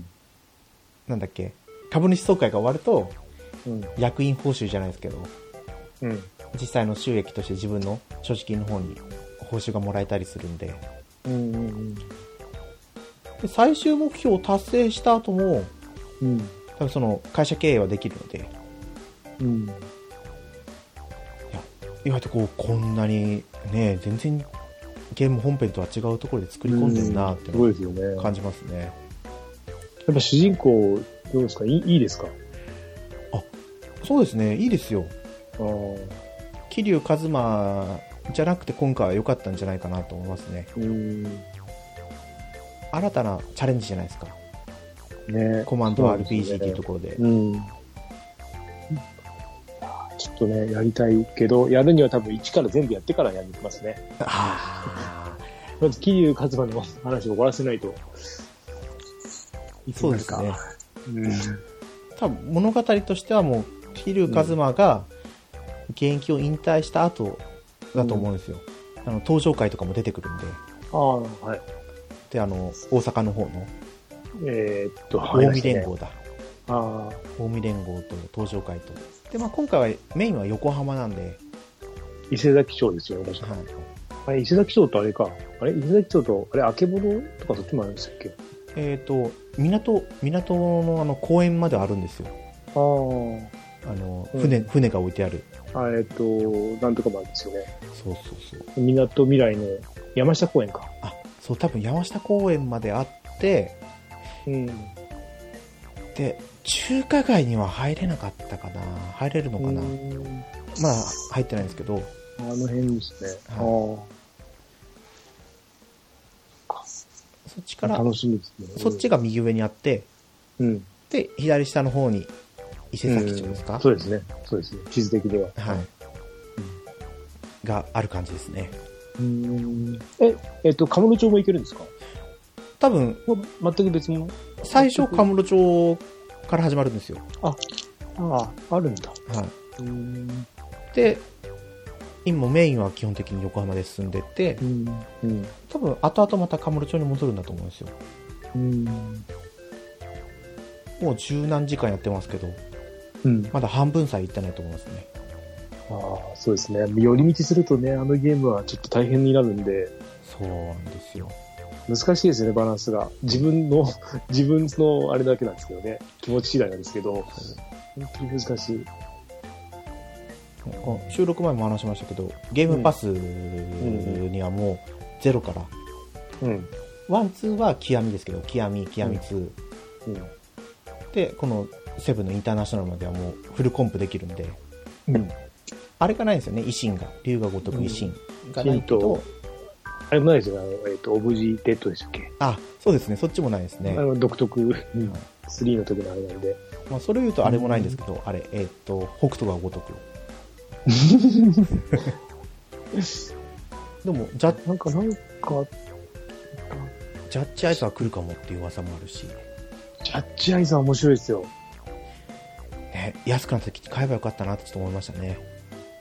Speaker 1: なんだっけ、株主総会が終わると、
Speaker 2: うん、
Speaker 1: 役員報酬じゃないですけど、
Speaker 2: うん、
Speaker 1: 実際の収益として自分の所持金の方に報酬がもらえたりするんで、
Speaker 2: うん、うん、
Speaker 1: で最終目標を達成した後も、
Speaker 2: うん、
Speaker 1: 多分その会社経営はできるので、
Speaker 2: うん、
Speaker 1: 意外とこう、こんなにね、全然ゲーム本編とは違うところで作り込んでるなって
Speaker 2: すごいですよね。や
Speaker 1: 感じますね。
Speaker 2: っぱ主人公、どうですかいいいいですか
Speaker 1: そうですね、いいですよ。
Speaker 2: あー
Speaker 1: 桐生一馬じゃなくて今回は良かったんじゃないかなと思いますね。
Speaker 2: うん、
Speaker 1: 新たなチャレンジじゃないですか。
Speaker 2: ね。
Speaker 1: コマンド
Speaker 2: そうですね
Speaker 1: RPG というところで。
Speaker 2: うん。いやちょっとね、やりたいけど、やるには多分一から全部やってからやりますね。
Speaker 1: あ
Speaker 2: まず、桐生一馬の話を終わらせないと。
Speaker 1: ーそうですね。
Speaker 2: うん。
Speaker 1: 多分物語としてはもう、桐生一馬が現役を引退した後だと思うんですよ。あの、登場回とかも出てくるんで。
Speaker 2: ああ、はい。
Speaker 1: で、あの、大阪の方の、
Speaker 2: えーっと、
Speaker 1: 近江連合だ。
Speaker 2: ああ、
Speaker 1: 近江連合と登場回と。で、まあ今回はメインは横浜なんで、
Speaker 2: 伊勢崎町ですよね、確か。
Speaker 1: はい。
Speaker 2: あれ、伊勢崎町とあれか。あれ、伊勢崎町と、あれ、あけぼのとかそっちもあるんでしたっけあ
Speaker 1: えっ、と、港、港のあの公園まであるんですよ。
Speaker 2: あ
Speaker 1: あの、
Speaker 2: うん
Speaker 1: 船、船が置いてある。。
Speaker 2: あえーっと、なんとかもあるんですよね。
Speaker 1: そうそうそう。
Speaker 2: みなとみらいの山下公園か。
Speaker 1: あ、そう、多分山下公園まであって、
Speaker 2: うん。
Speaker 1: で、中華街には入れなかったかな。入れるのかな。
Speaker 2: うん
Speaker 1: まあ、入ってないんですけど、
Speaker 2: あの辺ですね。
Speaker 1: は
Speaker 2: ああ。
Speaker 1: そっちから、
Speaker 2: 楽しみですね。
Speaker 1: そっちが右上にあって、
Speaker 2: うん。
Speaker 1: で、左下の方に伊勢崎町ですか、
Speaker 2: うんそうですね。そうですね。地図的では。
Speaker 1: はい、がある感じですね。
Speaker 2: うん。え、えっと、カムロ町も行けるんですか
Speaker 1: 多分、
Speaker 2: もう全く別物
Speaker 1: 最初、カムロ町から始まるんですよ。
Speaker 2: ああ、あるんだ。
Speaker 1: はい。
Speaker 2: うん。
Speaker 1: で今メインは基本的に横浜で進んでって
Speaker 2: うん。うん。
Speaker 1: 多分後々また神室町に戻るんだと思うんですよ
Speaker 2: うん。
Speaker 1: もう十何時間やってますけど
Speaker 2: うん。
Speaker 1: まだ半分さえ行ってないと思いますね
Speaker 2: ああ、そうですね。寄り道するとね、あのゲームはちょっと大変になるんで、
Speaker 1: そうなんですよ
Speaker 2: 難しいですよね、バランスが。自分の、 自分のあれだけなんですけどね。気持ち次第なんですけど、本当に難しい。
Speaker 1: こう収録前も話しましたけどゲームパスにはもうゼロから
Speaker 2: うん。
Speaker 1: ワンツーは極みですけど極み極み2、
Speaker 2: う
Speaker 1: でこのセブンのインターナショナルまではもうフルコンプできるんで
Speaker 2: ん。うん。
Speaker 1: あれがないんですよね維新が龍が如く維新がないけど、
Speaker 2: うんヒントあれもないですよね。あの、えっ、と、オブジェデッドでしたっけ、
Speaker 1: あそうですねそっちもないですね
Speaker 2: あの独特、うん、3の時のあれなんで。
Speaker 1: まあ、それを言うとあれもないんですけど、あれ、えーっと、北斗が如 く。でも、ジャ
Speaker 2: なんか、なんか、
Speaker 1: ジャッジアイスは来るかもっていう噂もあるし、
Speaker 2: ジャッジアイズは面白いですよ。
Speaker 1: ね、安くなった時に買えばよかったなってちょっと思いましたね。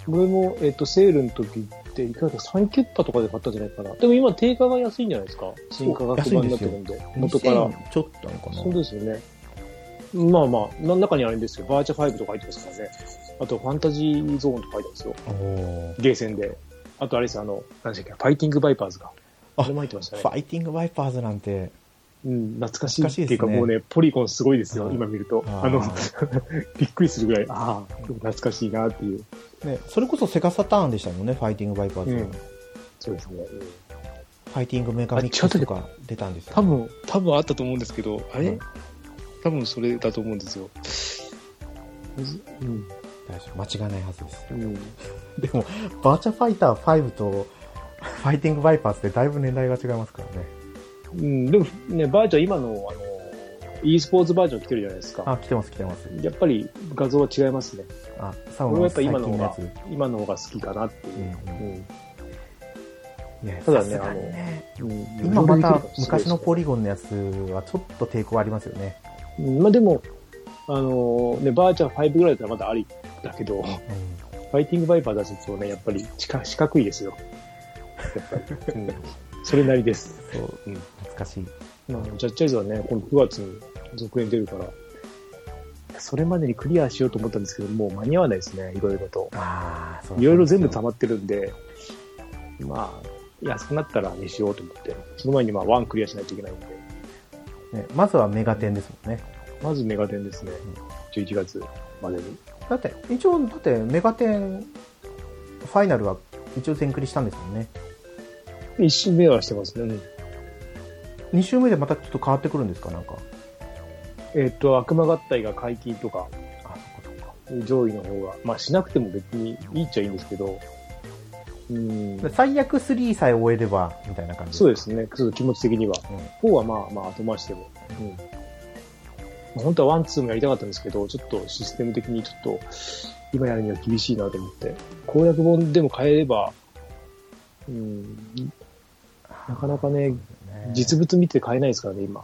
Speaker 2: 俺も、えっ、と、セールの時って、いくらか3キュッパとかで買ったんじゃないかな。でも今、定価が安いんじゃないですか新価格版になってるんで。元から。
Speaker 1: 2000ちょっとなのかな
Speaker 2: そうですよね。まあまあ、な中にあれですよ。バーチャ5とか入ってますからね。あと、ファンタジーゾーンとか入ってますよ。
Speaker 1: おー
Speaker 2: ゲーセンで。あと、あれですよあの、何でしたっけ、ファイティングバイパーズが。
Speaker 1: あ
Speaker 2: あれも入ってました
Speaker 1: フ
Speaker 2: ね。
Speaker 1: ァイティングワイパーズなんて、
Speaker 2: うん、懐かしいって
Speaker 1: 懐かしいで
Speaker 2: いうか、
Speaker 1: すね
Speaker 2: もうね、ポリコンすごいですよ、
Speaker 1: うん
Speaker 2: 今見ると。
Speaker 1: あー
Speaker 2: あの、 びっくりするぐらい、ああ、懐かしいなっていう。
Speaker 1: ね、それこそセガサターンでしたもんね、ファイティングワイパーズは、
Speaker 2: うんそうですね。うん
Speaker 1: ファイティングメガミックスとか出たんですよ
Speaker 2: 多分、多分あったと思うんですけど、あ
Speaker 1: うん
Speaker 2: れ多分それだと思うんですよ。うん。
Speaker 1: 大丈夫間違いないはずです。
Speaker 2: うん。
Speaker 1: でも、バーチャファイター5と、ファイティングワイパーズってだいぶ年代が違いますからね。
Speaker 2: うん、でもね、バージョン、今の、あの、e スポーツバージョン来てるじゃないですか。
Speaker 1: あ、来てます来てます。
Speaker 2: やっぱり画像は違いますね。
Speaker 1: あ、サ
Speaker 2: 俺
Speaker 1: ウナ
Speaker 2: はやっぱ
Speaker 1: 最近
Speaker 2: 今の
Speaker 1: の
Speaker 2: 方
Speaker 1: や
Speaker 2: が
Speaker 1: つ。、
Speaker 2: 今の方が好きかなっていう。
Speaker 1: うん
Speaker 2: うん。
Speaker 1: いや
Speaker 2: ただね
Speaker 1: さすがにね
Speaker 2: うん、
Speaker 1: 今また昔のポ
Speaker 2: リ。
Speaker 1: リゴンのやつはちょっと抵抗ありますよね。
Speaker 2: うんまあでも、あのーね、バーチャル5ぐらいだったらまだありだけど、 フ
Speaker 1: う
Speaker 2: ァイティングバイパー出すとね、やっぱり近四角いですよ。やっぱり。うん、それなりです。
Speaker 1: ん、そう
Speaker 2: うん
Speaker 1: 懐かしい。
Speaker 2: まあ、ジャッジアイズはね、この9月に続編出るから、それまでにクリアしようと思ったんですけど、もう間に合わないですね、いろいろと。
Speaker 1: ああ、そう
Speaker 2: いろいろ全部溜
Speaker 1: ま
Speaker 2: まってるんで、まあ、安くなったらにしようと思って、その前にまあ1クリアしないといけないんで、
Speaker 1: ね、まずはメガテンですもんね。
Speaker 2: まずメガテンですね
Speaker 1: ん、
Speaker 2: 11月までに。
Speaker 1: だって、一応、だってメガテン、ファイナルは一応全クリしたんですもんね。
Speaker 2: 1周目はしてますね。うん
Speaker 1: 2周目でまたちょっと変わってくるんですかなんか。
Speaker 2: えっと、悪魔合体が解禁とか、
Speaker 1: あ、そっかそっか
Speaker 2: 上位の方が、まあしなくても別にいいっちゃいいんですけど、うん。
Speaker 1: で最悪3さえ終えれば、みたいな感じ。
Speaker 2: そうですね、ちょっと気持ち的には。
Speaker 1: うん。
Speaker 2: 4はまあまあ後回しでも、うんまあ本当は1、2もやりたかったんですけど、ちょっとシステム的にちょっと、今やるには厳しいなと思って、攻略本でも変えれば、うん、なかなかね、実物見て変えないですからね、今。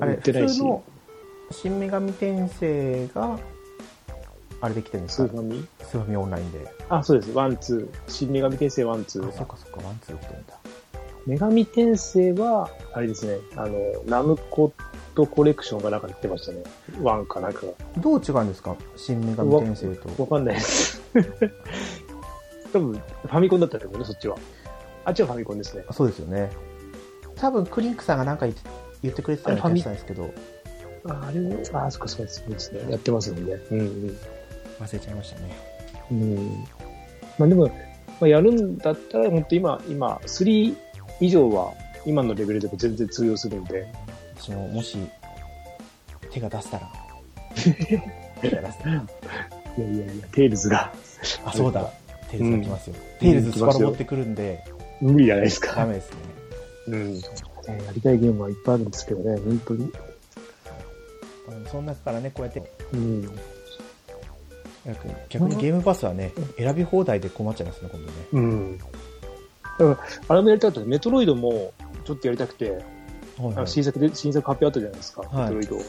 Speaker 1: あ
Speaker 2: 売
Speaker 1: れ、
Speaker 2: って
Speaker 1: 普
Speaker 2: ないし
Speaker 1: 通、の、新女神転生が、あれできてるんです
Speaker 2: スー
Speaker 1: か
Speaker 2: ファミ
Speaker 1: スーファミオンラインで。
Speaker 2: あ、そうです、ワン、ツー。新女神転生ワン、ツ
Speaker 1: あ、そ
Speaker 2: ー
Speaker 1: っ。かそっか、ワンツー来てるんだ。
Speaker 2: 女神転生は、あれですね、あの、ナムコとコレクションがなんか出てましたね。ワンかなんかが。
Speaker 1: どう違うんですか新女神転生と。
Speaker 2: わかんないです。多分、ファミコンだったんだけどね、そっちは。あっちはファミコンですね。
Speaker 1: あそうですよね。多分、クリンクさんがなんか言って言ってくれてたような気がしたんですけど、
Speaker 2: ああれも、あ、そっかそっか、そうですね。やってますよね。うん
Speaker 1: 忘れちゃいましたね。
Speaker 2: うん。うん。まあでも、まあ、やるんだったら、本当今、今、3以上は、今のレベルでも全然通用するんで、
Speaker 1: 私も、もし、手が出せた ら。手が出せたら。
Speaker 2: いやいやいや、テイルズが、
Speaker 1: あ、そうだ。テイルズが来ますよ。テイルズスパロ持ってくるんで、
Speaker 2: 無理じゃないです
Speaker 1: ダ
Speaker 2: か。
Speaker 1: メですね。
Speaker 2: うん。ねやりたいゲームはいっぱいあるんですけどね、本当に。
Speaker 1: うんその中からね、こうやって、
Speaker 2: うん。
Speaker 1: 逆にゲームパスはね、選び放題で困っちゃいますね、今度ね。
Speaker 2: うん。だから、あれもやりたかった。メトロイドも、ちょっとやりたくて、
Speaker 1: はい
Speaker 2: あ
Speaker 1: は
Speaker 2: の
Speaker 1: い
Speaker 2: 新作で、新作発表あったじゃないですか、
Speaker 1: はい
Speaker 2: メトロイド。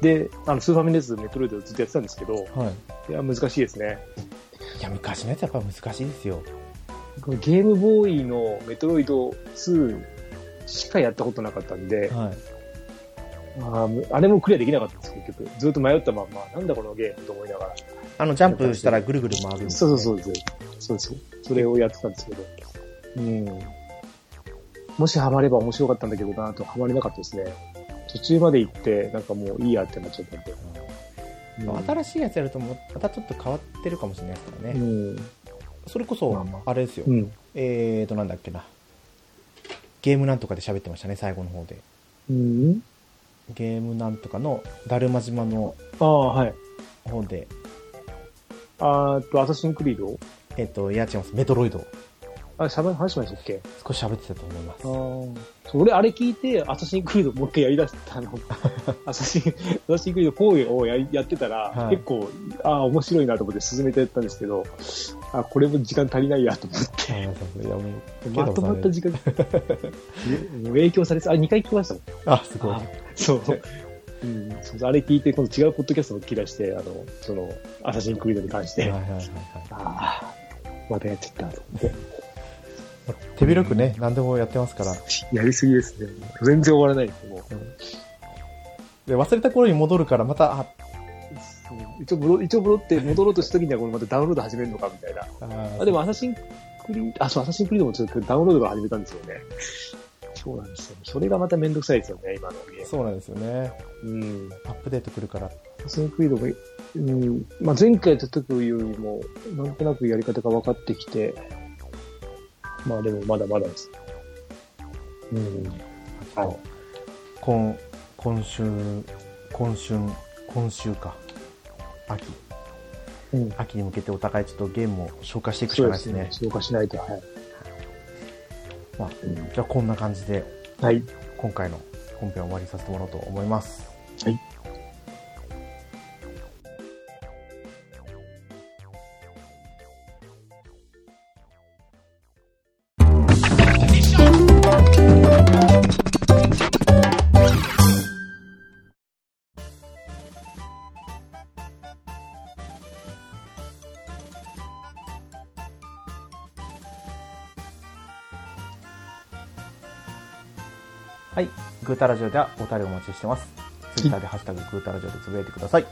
Speaker 2: で、あの、スーファミのやつ、メトロイドずっとやってたんですけど、
Speaker 1: はい。
Speaker 2: いや、難しいですね。
Speaker 1: いや、昔のやつやっぱ難しいですよ。
Speaker 2: このゲームボーイのメトロイド2しかやったことなかったんで、
Speaker 1: はい。
Speaker 2: まあむあれもクリアできなかったんです、結局。ずっと迷ったまんま、なんだこのゲームと思いながら。
Speaker 1: あの、ジャンプしたらぐるぐる回るんです
Speaker 2: そ
Speaker 1: ね、
Speaker 2: うそうそうそう。そうです。それをやってたんですけど。うん。もしハマれば面白かったんだけどなと、ハマれなかったですね。途中まで行って、なんかもういいやってなっちゃったんで。
Speaker 1: うん
Speaker 2: うん
Speaker 1: 新しいやつやるともまたちょっと変わってるかもしれないですから
Speaker 2: う
Speaker 1: ね。
Speaker 2: ん。
Speaker 1: それこ
Speaker 2: まあ
Speaker 1: そ
Speaker 2: ま、あ
Speaker 1: あれですよ。
Speaker 2: うん。
Speaker 1: えーと、なんだっけな。ゲームなんとかで喋ってましたね、最後の方で。
Speaker 2: うん。
Speaker 1: ゲームなんとかの、だるま島の
Speaker 2: ああ、はい。
Speaker 1: 方で、
Speaker 2: あーっと、アサシンクリード
Speaker 1: えっ、と、いや違います、メトロイド。
Speaker 2: あ、しゃべ、話しましたっけ
Speaker 1: 少し喋ってたと思います。
Speaker 2: そう俺、あれ聞いて、アサシンクリードもう一回やりだした の。アサシン、アサシンクリード4をやりやってたら、
Speaker 1: はい
Speaker 2: 結構、ああ、面白いなと思って進めてやったんですけど、あこれも時間足りないやと思 って、
Speaker 1: あーそうそういやもう
Speaker 2: まとまっ た時間、ねもう影響されて、あ、2回聞きましたもん。
Speaker 1: あ、すごい。
Speaker 2: あそう。 うん、そうそうあれ聞いて、今度違うポッドキャストも聞き出して、あの、その、アサシンクリードに関し
Speaker 1: は
Speaker 2: て、
Speaker 1: い
Speaker 2: あ
Speaker 1: はいはいはい
Speaker 2: あ、またやっちゃったと思って。
Speaker 1: 手広くね、何でもやってますから。
Speaker 2: やりすぎですね。全然終わらないです、もう。
Speaker 1: で、忘れた頃に戻るから、また、あ、
Speaker 2: そう一応ブロ、一応ブロって戻ろうとした時には、これまたダウンロード始めるのかみたいな。
Speaker 1: あ
Speaker 2: あ、でも、アサシンクリード、あ、そう、アサシンクリードもちょっとダウンロードが始めたんですよね。そうなんですよ。それがまためんどくさいですよね、今のゲー
Speaker 1: そうなんですよね。
Speaker 2: ム。うん。
Speaker 1: アップデート来るから。
Speaker 2: アサシンクリードが、うん、まあ、前回やった時よりも、なんとなくやり方が分かってきて、まあでもまだまだです。うん。はい
Speaker 1: 今、今週、今春、今週か。秋。
Speaker 2: うん
Speaker 1: 秋に向けてお互いちょっとゲームを消化していくしかないですね。
Speaker 2: 消化しないと。はい。
Speaker 1: まあ、
Speaker 2: うん
Speaker 1: じゃあこんな感じで、
Speaker 2: はい。
Speaker 1: 今回の本編を終わりさせてもらおうと思います。
Speaker 2: はい。
Speaker 1: はい。グータラジオではお便りお待ちしてます。ツイッターでハッシュタググータラジオでつぶやいてください。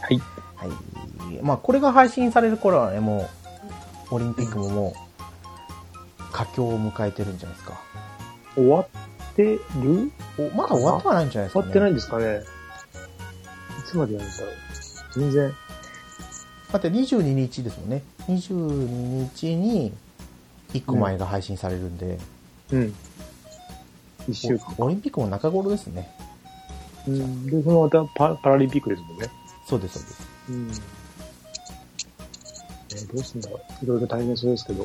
Speaker 2: はい。
Speaker 1: はい。まあ、これが配信される頃はね、もう、オリンピックももう、佳境を迎えてるんじゃないですか。
Speaker 2: 終わってる終
Speaker 1: おまだ終わってはないんじゃないですか、
Speaker 2: わ
Speaker 1: ね。
Speaker 2: ってないんですかねいつまでやるんだろう全然。
Speaker 1: だって22日ですもんね。22日に、1個前が配信されるんで、
Speaker 2: うん。一週間。
Speaker 1: おオリンピックも中頃ですね。
Speaker 2: うん。で、そのまたパパラリンピックですもんね。
Speaker 1: そうです、そうです。
Speaker 2: うん。ね、どうすんだろう。いろいろ大変そうですけど。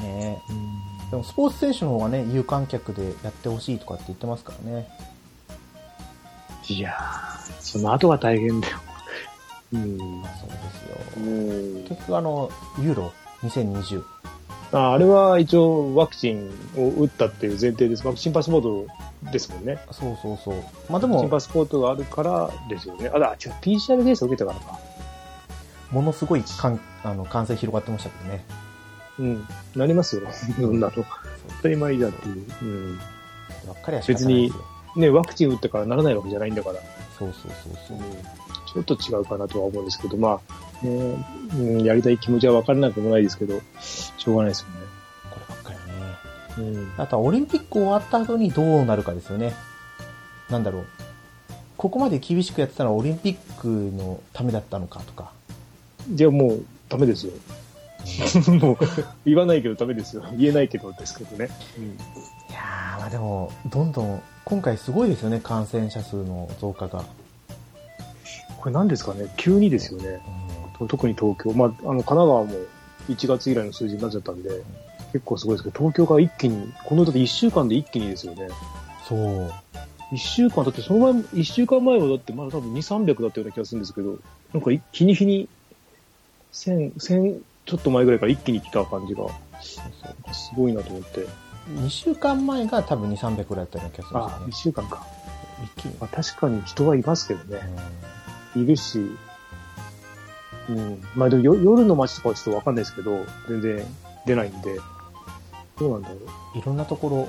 Speaker 1: ねえ
Speaker 2: うん
Speaker 1: でもスポーツ選手の方がね、有観客でやってほしいとかって言ってますからね。
Speaker 2: いやー、その後が大変だよ。うん
Speaker 1: まあ、そうですよ。
Speaker 2: うん
Speaker 1: 結局あの、ユーロ2020。
Speaker 2: ああれは一応ワクチンを打ったっていう前提です。ワクチンパスポートですもんね。
Speaker 1: そうそうそう。まあで
Speaker 2: ワクチン
Speaker 1: も、
Speaker 2: パスポートがあるからですよね。あら、違う、PCR 検査受けたからか。
Speaker 1: ものすごい感あの感染広がってましたけどね。
Speaker 2: うん。なりますよ。そんなの。当たり前だっていう。うん。
Speaker 1: ばっかりは仕方ないですよ。
Speaker 2: ね、ワクチン打ったからならないわけじゃないんだから。
Speaker 1: そうそうそうそう。
Speaker 2: ちょっと違うかなとは思うんですけど、まあ、ねうん、やりたい気持ちは分からなくもないですけど、しょうがないです
Speaker 1: こればっかりはね。
Speaker 2: よね。うん。
Speaker 1: あとはオリンピック終わった後にどうなるかですよね。なんだろう。ここまで厳しくやってたのはオリンピックのためだったのかとか。
Speaker 2: じゃあもう、ダメですよ。 もう、言わないけどダメですよ。言えないけどですけどね。
Speaker 1: いやー、まあでも、どんどん、今回すごいですよね、感染者数の増加が。
Speaker 2: これ何ですかね急にですよね。と特に東京。まあ、あの、神奈川も1月以来の数字になっちゃったんで、結構すごいですけど、東京が一気に、このだって1週間で一気にですよね。
Speaker 1: そう。
Speaker 2: 1週間、だってその前、1週間前はだってまだ多分2、300だったような気がするんですけど、なんかい日に日に、1000、1000ちょっと前ぐらいから一気に来た感じが、
Speaker 1: そうそう
Speaker 2: すごいなと思って。
Speaker 1: 2週間前が多分2、300くらいだったような気がするん
Speaker 2: あ、1
Speaker 1: です
Speaker 2: 週間か。
Speaker 1: よね。一気に。
Speaker 2: まあ、確かに人はいますけどね。いるし、うん。まあでもよ夜の街とかはちょっとわかんないですけど、全然出ないんで、どうなんだろ
Speaker 1: うんいろんなところ、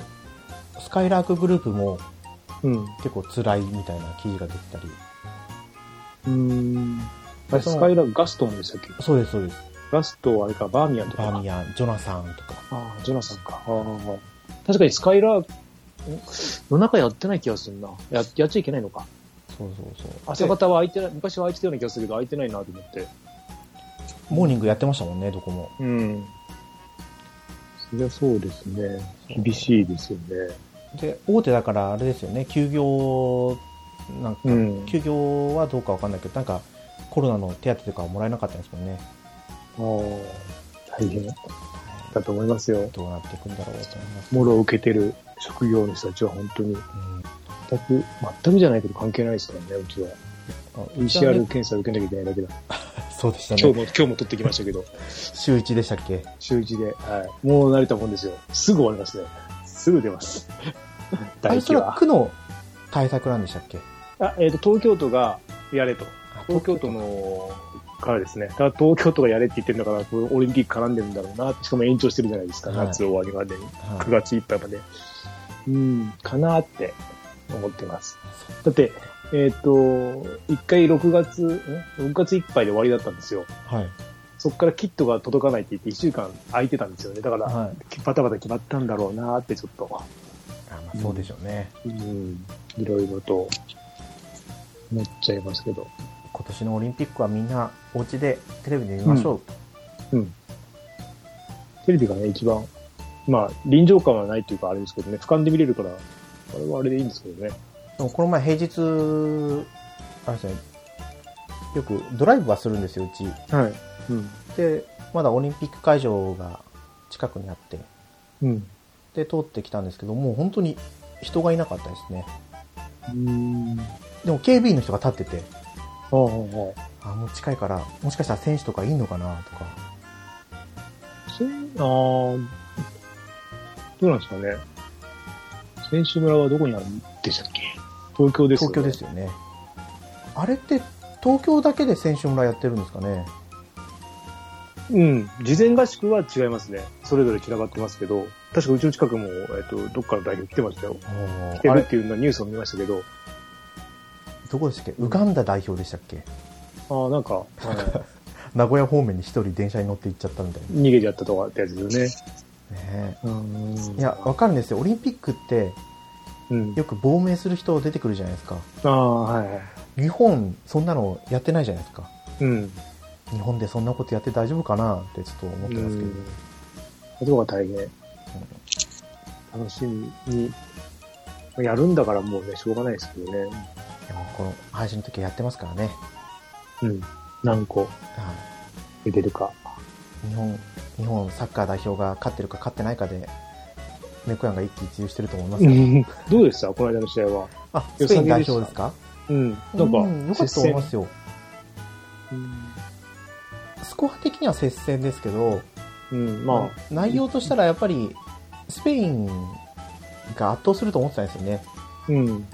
Speaker 1: スカイラークグループも
Speaker 2: う。うん。
Speaker 1: 結構辛いみたいな記事が出てたり。
Speaker 2: うん。あれ
Speaker 1: その
Speaker 2: スカイラークガストンでしたっけ
Speaker 1: そうです、そうです。
Speaker 2: ガストンはあれか、バーミヤンとか。
Speaker 1: バーミヤン、ジョナサンとか。
Speaker 2: ああ、ジョナサンか。ああ確かにスカイラーク、ん夜中やってない気がするな。や、やっちゃいけないのか。
Speaker 1: そうそうそう。
Speaker 2: 朝方は空いてない、昔は空いてたような気がするけど、空いてないなと思って。
Speaker 1: モーニングやってましたもんね、どこも。
Speaker 2: うん。そりゃそうですね。厳しいですよね。
Speaker 1: で、大手だからあれですよね、休業、なんか、
Speaker 2: うん。
Speaker 1: 休業はどうかわかんないけど、なんか、コロナの手当とかはもらえなかったんですもんね。
Speaker 2: ああ、大変だと思いますよ。
Speaker 1: どうなっていくんだろうと思います。
Speaker 2: もろを受けてる職業の人たちは本当に
Speaker 1: うん
Speaker 2: 全く、全くじゃないけど関係ないですからね、うちは。
Speaker 1: あうちは
Speaker 2: PCR
Speaker 1: ね
Speaker 2: 検査受けなきゃいけないだけだ。
Speaker 1: そうでした
Speaker 2: 今日
Speaker 1: ね。
Speaker 2: も、今日も取ってきましたけど、
Speaker 1: 週1でしたっけ
Speaker 2: 週一で。はい。もう慣れたもんですよ。すぐ終わりますね。すぐ出ます。
Speaker 1: あ
Speaker 2: 大
Speaker 1: れ、そ
Speaker 2: 気
Speaker 1: れは
Speaker 2: は。
Speaker 1: 区の対策なんでしたっけ
Speaker 2: あ、えっ、と、東京都がやれと。
Speaker 1: あ
Speaker 2: 東京都の、からですね。だから東京都がやれって言ってるんだから、これオリンピック絡んでるんだろうな。しかも延長してるじゃないですか。
Speaker 1: はい
Speaker 2: 夏終わりまでに。
Speaker 1: はい
Speaker 2: 9月いっぱいまで。うん、かなーって思ってます。
Speaker 1: そ
Speaker 2: だって、えっ、と、一回6月、ん ?6 月いっぱいで終わりだったんですよ。
Speaker 1: はい。
Speaker 2: そこからキットが届かないって言って1週間空いてたんですよね。だから、
Speaker 1: はい。
Speaker 2: バタバタ決まったんだろうなーってちょっと、
Speaker 1: あまあ、そうでしょうね。
Speaker 2: うん、いろいろと思っちゃいますけど。
Speaker 1: 今年のオリンピックはみんな、お家でテレビで見ましょう。
Speaker 2: うん。テレビがね、一番、まあ、臨場感はないっていうかあれですけどね、俯瞰で見れるから、あれはあれでいいんですけどね。
Speaker 1: でもこの前平日、あれですね、よくドライブはするんですよ、うち。
Speaker 2: はい。うん。
Speaker 1: で、まだオリンピック会場が近くにあって、
Speaker 2: うん。
Speaker 1: で、通ってきたんですけど、もう本当に人がいなかったですね。
Speaker 2: うん。あ
Speaker 1: でも警備員の人が立ってて、
Speaker 2: あ、ああ。
Speaker 1: あ、もう近いから、もしかしたら選手とかいんのかなとか。
Speaker 2: そうあーどうなんですかね。選手村はどこにあるんでしたっけ東京ですよ
Speaker 1: 東
Speaker 2: ね
Speaker 1: 京ですよね。あれって、東京だけで選手村やってるんですかね。
Speaker 2: うん、事前合宿は違いますね。それぞれ散らばってますけど、確かうちの近くも、えっと、どっかの代表来てましたよ。来て
Speaker 1: あ
Speaker 2: る
Speaker 1: れ
Speaker 2: っていうのはニュースを見ましたけど、
Speaker 1: どこでしたっけウガンダ代表でしたっけ
Speaker 2: ああ、なんか、あ
Speaker 1: 名古屋方面に一人電車に乗って行っちゃったみたい
Speaker 2: の逃げちゃったとかってやつです
Speaker 1: なね
Speaker 2: よね。
Speaker 1: いやわかるんですよオリンピックって
Speaker 2: うん。
Speaker 1: よく亡命する人出てくるじゃないですか
Speaker 2: ああ、はいはい。
Speaker 1: 日本そんなのやってないじゃないですか
Speaker 2: うん。
Speaker 1: 日本でそんなことやって大丈夫かなってちょっと思ってますけど、
Speaker 2: ことが大変。楽しみに。やるんだからもうね、しょうがないですけどね。
Speaker 1: でもこの配信の時はやってますからね、
Speaker 2: うん。何個
Speaker 1: は
Speaker 2: 出てるか。
Speaker 1: い、日本日本サッカー代表が勝ってるか勝ってないかで猫やんが一喜一憂してると思いますけど、
Speaker 2: どうでしたこの間の試合は。
Speaker 1: あスペイン代表ですか
Speaker 2: うん。なん
Speaker 1: う
Speaker 2: か、
Speaker 1: よかったと思いますよ
Speaker 2: 接戦
Speaker 1: スコア的には接戦ですけど、
Speaker 2: うん。うんまあ、
Speaker 1: 内容としたらやっぱりスペインが圧倒すると思ってたんですよね
Speaker 2: うん。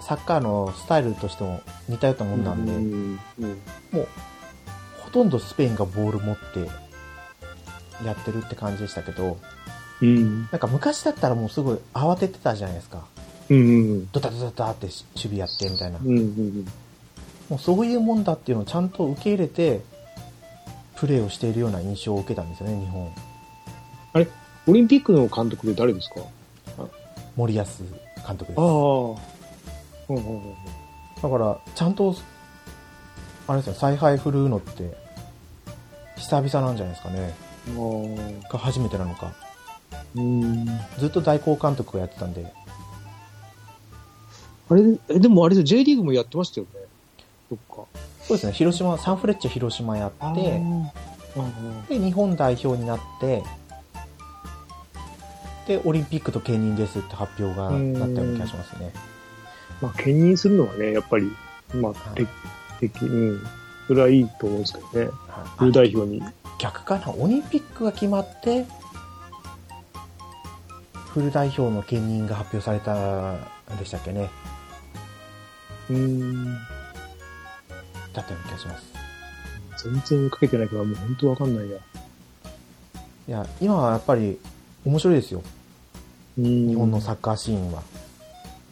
Speaker 1: サッカーのスタイルとしても似たようなもんなんで、
Speaker 2: うん。うん
Speaker 1: ほとんどスペインがボール持ってやってるって感じでしたけど
Speaker 2: うん。
Speaker 1: なんか昔だったらもうすごい慌ててたじゃないですか
Speaker 2: うん。
Speaker 1: ドタドタドタって守備やってみたいな
Speaker 2: うん。うん。
Speaker 1: もうそういうもんだっていうのをちゃんと受け入れてプレーをしているような印象を受けたんですよね日本
Speaker 2: オリンピックの監督で誰ですか
Speaker 1: 森保監督です
Speaker 2: ああ。うんうんうん。
Speaker 1: だから、ちゃんと、あれですよ、采配振るうのって、久々なんじゃないですかね。
Speaker 2: あ
Speaker 1: が初めてなのか。
Speaker 2: あ。うん。
Speaker 1: ずっと代行監督をやってたんで、
Speaker 2: あれ、えでもあれですよ J リーグもやってましたよね。どっか。
Speaker 1: そうですね、広島、サンフレッチェ広島やっ
Speaker 2: で、
Speaker 1: て、で、日本代表になって、で、オリンピックと兼任ですって発表が
Speaker 2: うん
Speaker 1: なったような気がしますね。
Speaker 2: まあ、兼任するのはね、やっぱり、まあ、
Speaker 1: はい
Speaker 2: て的、うん。それはいいと思うんですけどね。フル
Speaker 1: あ
Speaker 2: 代表に。
Speaker 1: 逆かな、オリンピックが決まって、フル代表の兼任が発表されたんでしたっけね。
Speaker 2: うん。
Speaker 1: だったような気がします。
Speaker 2: 全然かけてないから、もう本当わかんないや。
Speaker 1: いや、今はやっぱり面白いですよ。
Speaker 2: 日
Speaker 1: 日本のサッカーシーンは。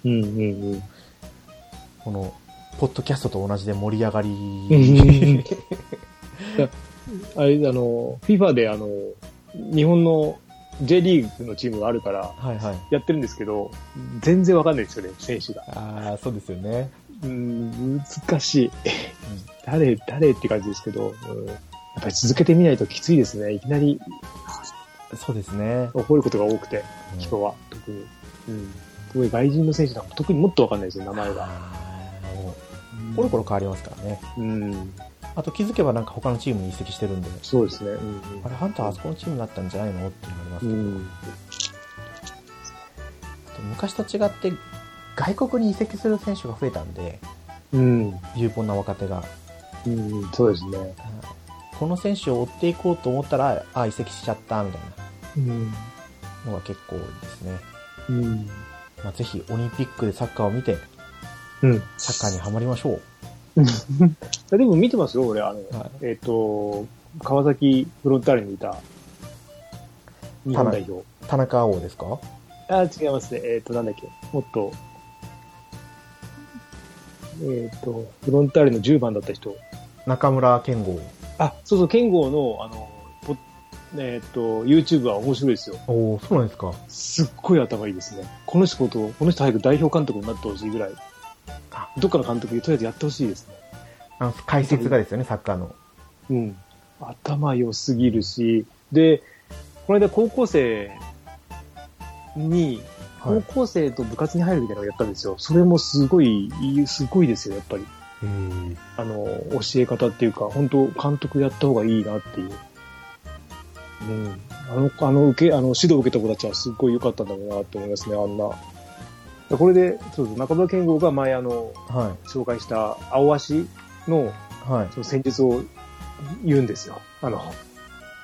Speaker 2: うんうんうん。
Speaker 1: この、ポッドキャストと同じで盛り上がり
Speaker 2: ん。あれ、あの、FIFA であの、日本の J リーグのチームがあるから、
Speaker 1: はいはい。
Speaker 2: やってるんですけど、全然わかんないですよね、選手が。
Speaker 1: ああ、そうですよね。
Speaker 2: うん、難しい。誰、誰って感じですけど、うん、やっぱり続けてみないときついですね。いきなり
Speaker 1: そうですね。
Speaker 2: 覚えることが多くて、
Speaker 1: うん
Speaker 2: 人は、特に。うん。特に外人の選手なんか特にもっとわかんないですよ、名前が。
Speaker 1: あーもうコロコロ変わりますからね。
Speaker 2: うん。
Speaker 1: あと気づけばなんか他のチームに移籍してるんで、
Speaker 2: そうですね。うん
Speaker 1: あれ、ハンターあそこのチームだったんじゃないのっていうのがあります
Speaker 2: う
Speaker 1: けど、
Speaker 2: ん。
Speaker 1: 昔と違って、外国に移籍する選手が増えたんで、
Speaker 2: うん。
Speaker 1: 有望な若手が。
Speaker 2: うん。そうですね。
Speaker 1: この選手を追っていこうと思ったら、ああ、移籍しちゃった、みたいな。
Speaker 2: うん。
Speaker 1: のが結構多いですね。
Speaker 2: うん。
Speaker 1: まあ、ぜひオリンピックでサッカーを見て、
Speaker 2: うん。
Speaker 1: サッカーにはまりましょう。
Speaker 2: でも見てますよ、俺。あの、
Speaker 1: は
Speaker 2: えっ、と、川崎フロンターレにいた日本代表。
Speaker 1: 田中碧ですか
Speaker 2: あ、違いますね。えっ、と、なんだっけ。もっと、えっ、と、フロンターレの10番だった人。
Speaker 1: 中村健吾。
Speaker 2: あ、そうそう、剣豪の、あの、ポえっ、と、YouTube は面白いですよ。
Speaker 1: おお、そうなんですか。
Speaker 2: すっごい頭いいですね。この人こと、この人早く代表監督になってほしいぐらい
Speaker 1: あ。
Speaker 2: どっかの監督にとりあえずやってほしいですね。
Speaker 1: あの解説がですよね、サッカーの。
Speaker 2: うん。頭良すぎるし、で、この間高校生に、
Speaker 1: は
Speaker 2: 高
Speaker 1: い。
Speaker 2: 校生と部活に入るみたいなのをやったんですよ。それもすごい、いいすごいですよ、やっぱり。
Speaker 1: えー
Speaker 2: あの、教え方っていうか、本当監督やった方がいいなっていう。うん。あの、あの、受け、あの、指導を受けた子たちはすっごい良かったんだろうなって思いますね、あんな。これで、そうそう、中村健吾が前あの、
Speaker 1: は
Speaker 2: 紹介した青足の
Speaker 1: い。はい。
Speaker 2: その戦術を言うんですよ。あの、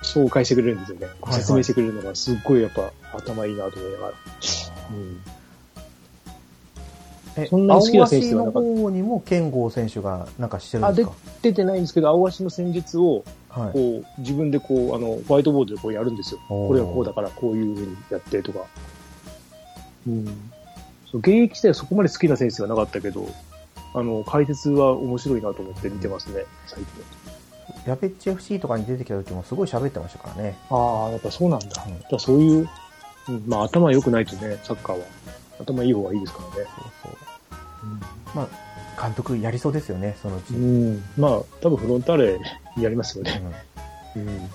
Speaker 2: 紹介してくれるんですよね。
Speaker 1: はい
Speaker 2: 説明してくれるのがすっごいやっぱ頭いいなと思いながら。うん。
Speaker 1: え
Speaker 2: そんなに好きな選手ではなか
Speaker 1: 青
Speaker 2: っ
Speaker 1: 足の方にも剣豪選手がなんかしてる
Speaker 2: あ
Speaker 1: んで
Speaker 2: です
Speaker 1: か
Speaker 2: 出てないんですけど、青足の戦術を
Speaker 1: はい。
Speaker 2: こう自分でこうあのホワイトボードでこうやるんですよ。
Speaker 1: おー
Speaker 2: これはこうだからこういうふうにやってとか。うん、そう現役時代はそこまで好きな選手はなかったけど、あの解説は面白いなと思って見てますね、最近。
Speaker 1: ヤペッチ FC とかに出てきた時もすごい喋ってましたからね。
Speaker 2: ああ、やっぱそうなんだ。だ
Speaker 1: う
Speaker 2: か
Speaker 1: ん
Speaker 2: らそういう、うんまあ頭良くないとね、サッカーは。頭いい方がいいですからね。
Speaker 1: そうそう。まあ、監督やりそうですよね、そのうち。う
Speaker 2: う
Speaker 1: ん
Speaker 2: ん。まあ、多分フロンターレやりますよね。うん。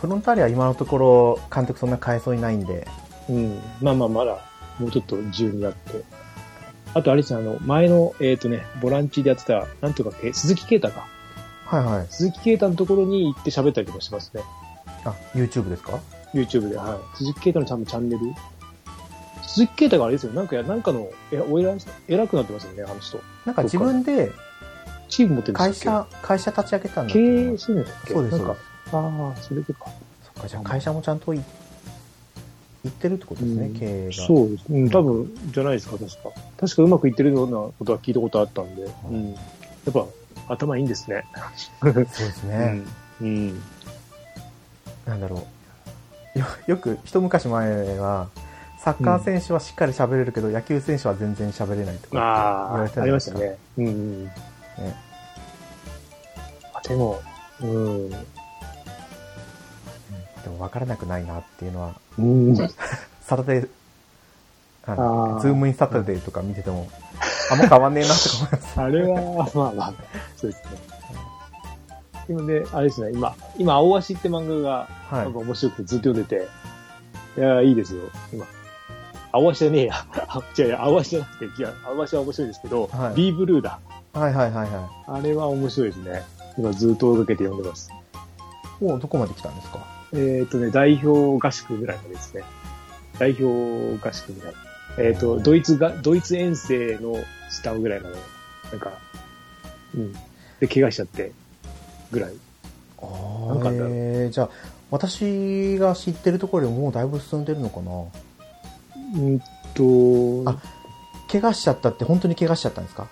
Speaker 1: フロンターレは今のところ監督そんな変えそうにないんで、
Speaker 2: うん。まあまあ、まだ、もうちょっと自由になって。あと、あれですね、あの、前の、えっ、とね、ボランチでやってた、なんとかけ、鈴木啓太か。
Speaker 1: はいはい。
Speaker 2: 鈴木啓太のところに行って喋ったりもしますね。
Speaker 1: あ、YouTube ですか
Speaker 2: YouTube で。はい。鈴木啓太のちゃんとチャンネル。鈴木啓太があれですよ、なんかや、なんかの、え、お偉い、偉くなってますよね、あの人。
Speaker 1: なんか自分で
Speaker 2: チーム持ってるんです
Speaker 1: 会社、会社立ち上げたんだ
Speaker 2: 経
Speaker 1: けど
Speaker 2: 営してるんだっけ
Speaker 1: そうです、
Speaker 2: な
Speaker 1: そ
Speaker 2: ん
Speaker 1: う
Speaker 2: か
Speaker 1: で、
Speaker 2: ああ、それでか。
Speaker 1: す。そっか、じゃあ会社もちゃんとい行ってるってことですね、
Speaker 2: うん
Speaker 1: 経営が。
Speaker 2: そうです。うん、多分、じゃないですか、確か。確かうまくいってるようなことは聞いたことあったんで。うん。やっぱ、頭いいんですね。
Speaker 1: そうです
Speaker 2: う
Speaker 1: ね。
Speaker 2: ん。うん。
Speaker 1: なんだろう。よ、よく、一昔前は、サッカー選手はしっかり喋れるけど、野球選手は全然喋れないとか言わ
Speaker 2: あ
Speaker 1: れて
Speaker 2: あ、ありました。ね。うん、うん。あでも、うん。
Speaker 1: うんでも分からなくないなっていうのは、
Speaker 2: うん。
Speaker 1: サタデー、あの
Speaker 2: あー
Speaker 1: ズームインサタデーとか見てても、あ、もう変わんねえなとか思いま す。
Speaker 2: あれは、まあまあ、そうですね。でもね、あれですね、今、今、青足って漫画が、
Speaker 1: はい
Speaker 2: なんか。面白くてずっと読んでて、いや、いいですよ、今。青足じゃねえや。 違う違う、青足じゃなくて、違う、青足は面白いですけど、
Speaker 1: はい
Speaker 2: B ブルーだ。
Speaker 1: はいはいはいは
Speaker 2: あれは面白いですね。今ずっと追いかけて読んでます。
Speaker 1: い。もうどこまで来たんですか
Speaker 2: えっ、とね、代表合宿ぐらいまでですね。代表合宿ぐらい。えっ、と、ドイツが、ドイツ遠征の下ぐらいまで。なんか、うん。で、怪我しちゃって、ぐらい。
Speaker 1: あ
Speaker 2: なんかあった
Speaker 1: ーえー、じゃあ、私が知ってるところよりもうだいぶ進んでるのかな
Speaker 2: うんと、
Speaker 1: あ怪我しちゃったって本当に怪我しちゃったんですか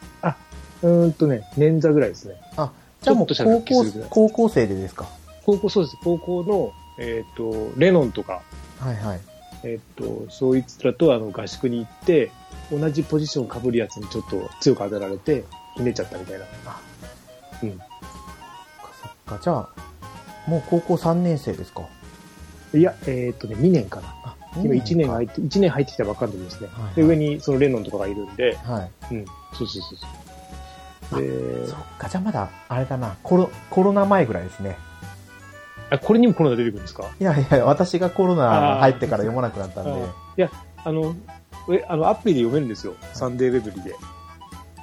Speaker 2: うーんとね、捻挫ぐらいですね。
Speaker 1: じゃあもう
Speaker 2: ち
Speaker 1: 高
Speaker 2: ょっとした復帰
Speaker 1: 校
Speaker 2: するぐらい、
Speaker 1: 高校生でですか
Speaker 2: 高校、そうです。高校の、えっ、と、レノンとか、
Speaker 1: はいはい。
Speaker 2: えっ、と、そういつらとあの合宿に行って、同じポジション被るやつにちょっと強く当てられて、ひねっちゃったみたいな。
Speaker 1: そっか、じゃあ、もう高校3年生ですか。
Speaker 2: いや、えっ、とね、2年かな。
Speaker 1: あ、
Speaker 2: 今1年が入
Speaker 1: い
Speaker 2: って、一年入ってきたばっかりですね。
Speaker 1: はいはい
Speaker 2: で、上にそのレノンとかがいるんで、
Speaker 1: はい。
Speaker 2: うん。そうそうそうそう。で
Speaker 1: そ、っか、じゃあまだ、あれだな、コロ、コロナ前ぐらいですね。
Speaker 2: あ、これにもコロナ出てくるんですか
Speaker 1: いやいや、私がコロナ
Speaker 2: あー
Speaker 1: 入ってから読まなくなったんで。
Speaker 2: あいや、あの、え、あの、アプリで読めるんですよ。サンデーウェブリで。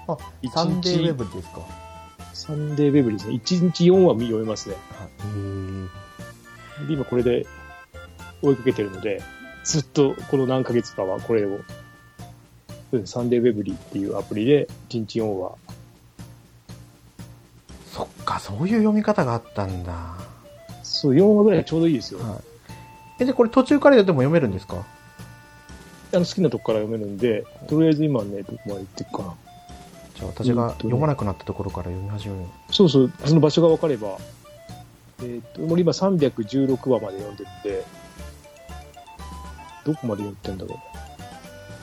Speaker 1: あ
Speaker 2: 一日
Speaker 1: サンデーウェブですか。
Speaker 2: サンデーウェブリですね。1日4話読めますね。で、今これで追いかけてるので、ずっとこの何ヶ月かはこれを、うん、サンデーウェブリっていうアプリで1日4話。
Speaker 1: そっか、そういう読み方があったんだ。は
Speaker 2: そう、4話ぐらいがちょうどいいですよ。
Speaker 1: い。え、で、これ途中からでも読めるんですか
Speaker 2: あの好きなとこから読めるんで、とりあえず今ね、どこまで行ってるかな。
Speaker 1: じゃあ私が読まなくなったところから読み始める。
Speaker 2: そうそう、その場所が分かれば、えーっと、俺今316話まで読んでるんで、どこまで読ってんだろ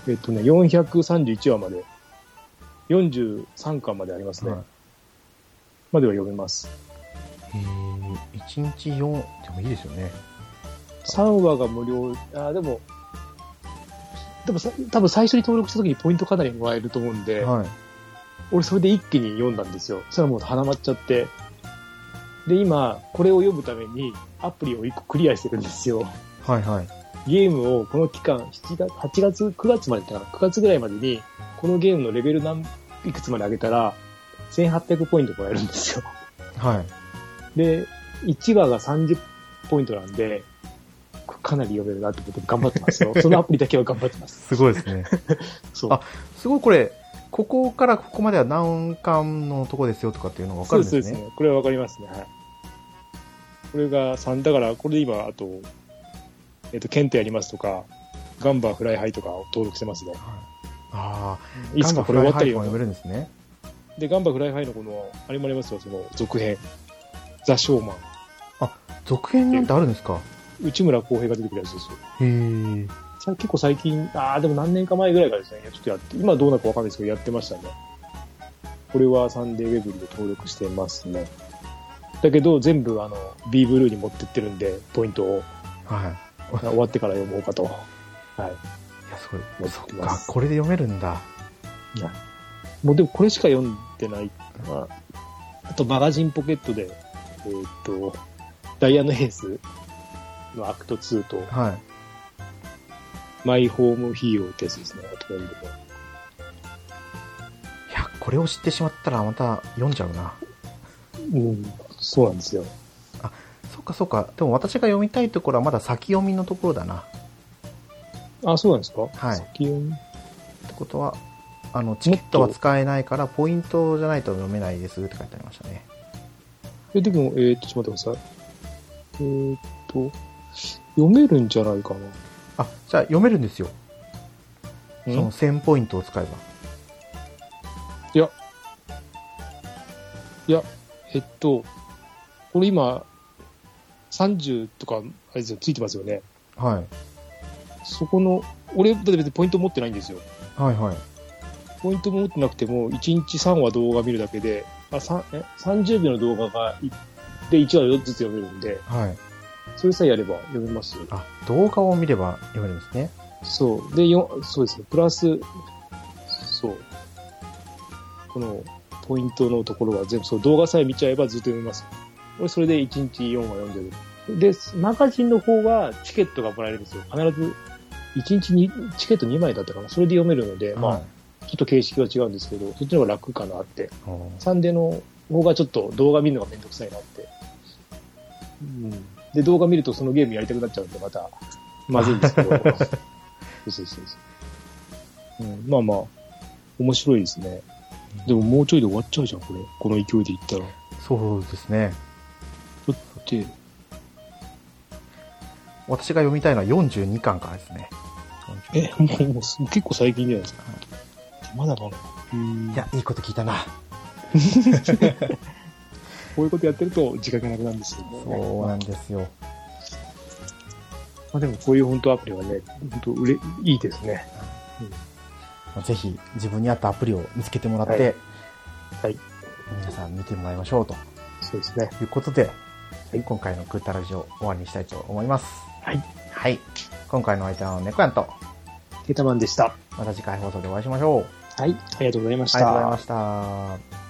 Speaker 2: う。えーっとね、431話まで、43巻までありますね。
Speaker 1: はい
Speaker 2: までは読めます。
Speaker 1: えー、1日4でもいいですよね。
Speaker 2: 3話が無料、あーでも、でもさ多分最初に登録した時にポイントかなりもらえると思うんで、
Speaker 1: はい。
Speaker 2: 俺それで一気に読んだんですよ。そしたらもうはまっちゃって。で、今、これを読むためにアプリを一個クリアしてるんですよ。
Speaker 1: はいはい。
Speaker 2: ゲームをこの期間、7月、8月、9月までだったかな、9月ぐらいまでに、このゲームのレベル何、いくつまで上げたら、1800ポイントもらえるんですよ。
Speaker 1: はい。
Speaker 2: で、1話が30ポイントなんで、かなり読めるなってことで頑張ってま すよ。そのアプリだけは頑張ってます。
Speaker 1: すごいですね。
Speaker 2: そう。
Speaker 1: あ すごいこれ、ここからここまでは何巻のとこですよとかっていうのがわか
Speaker 2: そう
Speaker 1: るん
Speaker 2: で
Speaker 1: ですすね。
Speaker 2: そうですね。これはわかりますね。はい。これが3、だから、これで今、あと、えっ、と、ケントやりますとか、ガンバーフライハイとかを登録してますね。
Speaker 1: はああ、
Speaker 2: いつかこれ終わったり
Speaker 1: ガンバフライハイフンを読める
Speaker 2: よ
Speaker 1: んですね。
Speaker 2: で、ガンバフライハイのこの、あれもありますよ、その続編。ザ・ショーマン。
Speaker 1: 続編なんてあるんですか
Speaker 2: 内村航平が出てくるやつですよ。
Speaker 1: へえ。
Speaker 2: さ結構最近、ああ、でも何年か前ぐらいからですね、ちょっとやって、今どうなるかわかんないですけど、やってましたね。これはサンデーウェブリーで登録してますね。だけど、全部あの、B ブルーに持ってってるんで、ポイントを
Speaker 1: はい。
Speaker 2: あ終わってから読もうかと。はい。
Speaker 1: いや、すご
Speaker 2: 持
Speaker 1: い。そ
Speaker 2: っ
Speaker 1: って
Speaker 2: ま
Speaker 1: か、
Speaker 2: す
Speaker 1: これで読めるんだ。
Speaker 2: もうでもこれしか読んでないな。あと、マガジンポケットで、えーっと、ダイヤのエースのアクト2と、
Speaker 1: はい。
Speaker 2: マイホームヒーローってやつですね。あと全部で
Speaker 1: いや、これを知ってしまったらまた読んじゃうな。
Speaker 2: うん、そうなんですよ。
Speaker 1: そっかそっか。でも私が読みたいところはまだ先読みのところだな。
Speaker 2: あ、そうなんですか
Speaker 1: はい
Speaker 2: 先読み
Speaker 1: ってことは、あの、チケットは使えないから、ポイントじゃないと読めないですって書いてありましたね。
Speaker 2: え、でも、えーっと、ちょっと待ってください。えーっと、読めるんじゃないかな。
Speaker 1: あ、じゃあ読めるんですよ。そ
Speaker 2: うん
Speaker 1: の1000ポイントを使えば。
Speaker 2: いや、えっと、これ今、30とか、あれですよ、ついてますよね。
Speaker 1: はい。
Speaker 2: そこの、俺、だって別にポイント持ってないんですよ。
Speaker 1: はいはい。
Speaker 2: ポイントも持ってなくても、1日3話動画見るだけで、あ、さんえ30秒の動画がい、で、1話ずつ読めるんで、
Speaker 1: はい。
Speaker 2: それさえやれば読めますよ。
Speaker 1: あ、動画を見れば読めるんですね。
Speaker 2: そう。で、よ、そうですね。プラス、そう。この、ポイントのところは全部、そう、動画さえ見ちゃえばずっと読めます。俺、それで1日4話読んでる。で、マガジンの方は、チケットがもらえるんですよ。必ず、1日に、チケット2枚だったかな。それで読めるので、ま
Speaker 1: は
Speaker 2: あ、ちょっと形式は違うんですけど、そっちの方が楽かなって。
Speaker 1: い。おー
Speaker 2: サンデーの方がちょっと動画見るのがめんどくさいなって。うん。で、動画見るとそのゲームやりたくなっちゃうんで、また、まずいんですけど。そうそうそうそう。うん、まあまあ、面白いですね。でももうちょいで終わっちゃうじゃん、これ。この勢いでいったら。だ
Speaker 1: そうですね。
Speaker 2: って、
Speaker 1: 私が読みたいのは42巻からですね。42
Speaker 2: え、もう、もうす結構最近じゃないですか。まだかな。うん
Speaker 1: いや、いいこと聞いたな。
Speaker 2: こういうことやってると時間がなくなるんですよね。
Speaker 1: そうなんですよ。
Speaker 2: まあでもこういう本当アプリはね、本当売れ、いいですね。
Speaker 1: ぜひ自分に合ったアプリを見つけてもらって、
Speaker 2: はいはい
Speaker 1: 皆さん見てもらいましょうと
Speaker 2: そうですね。
Speaker 1: いうことで、今回のグータラジオ終わりにしたいと思います。
Speaker 2: はい。
Speaker 1: はい。今回の相手は猫やんと、
Speaker 2: ケタマンでした。
Speaker 1: また次回放送でお会いしましょう。
Speaker 2: はい、ありがとうございまし
Speaker 1: ありがとうご
Speaker 2: た
Speaker 1: ざい。ました。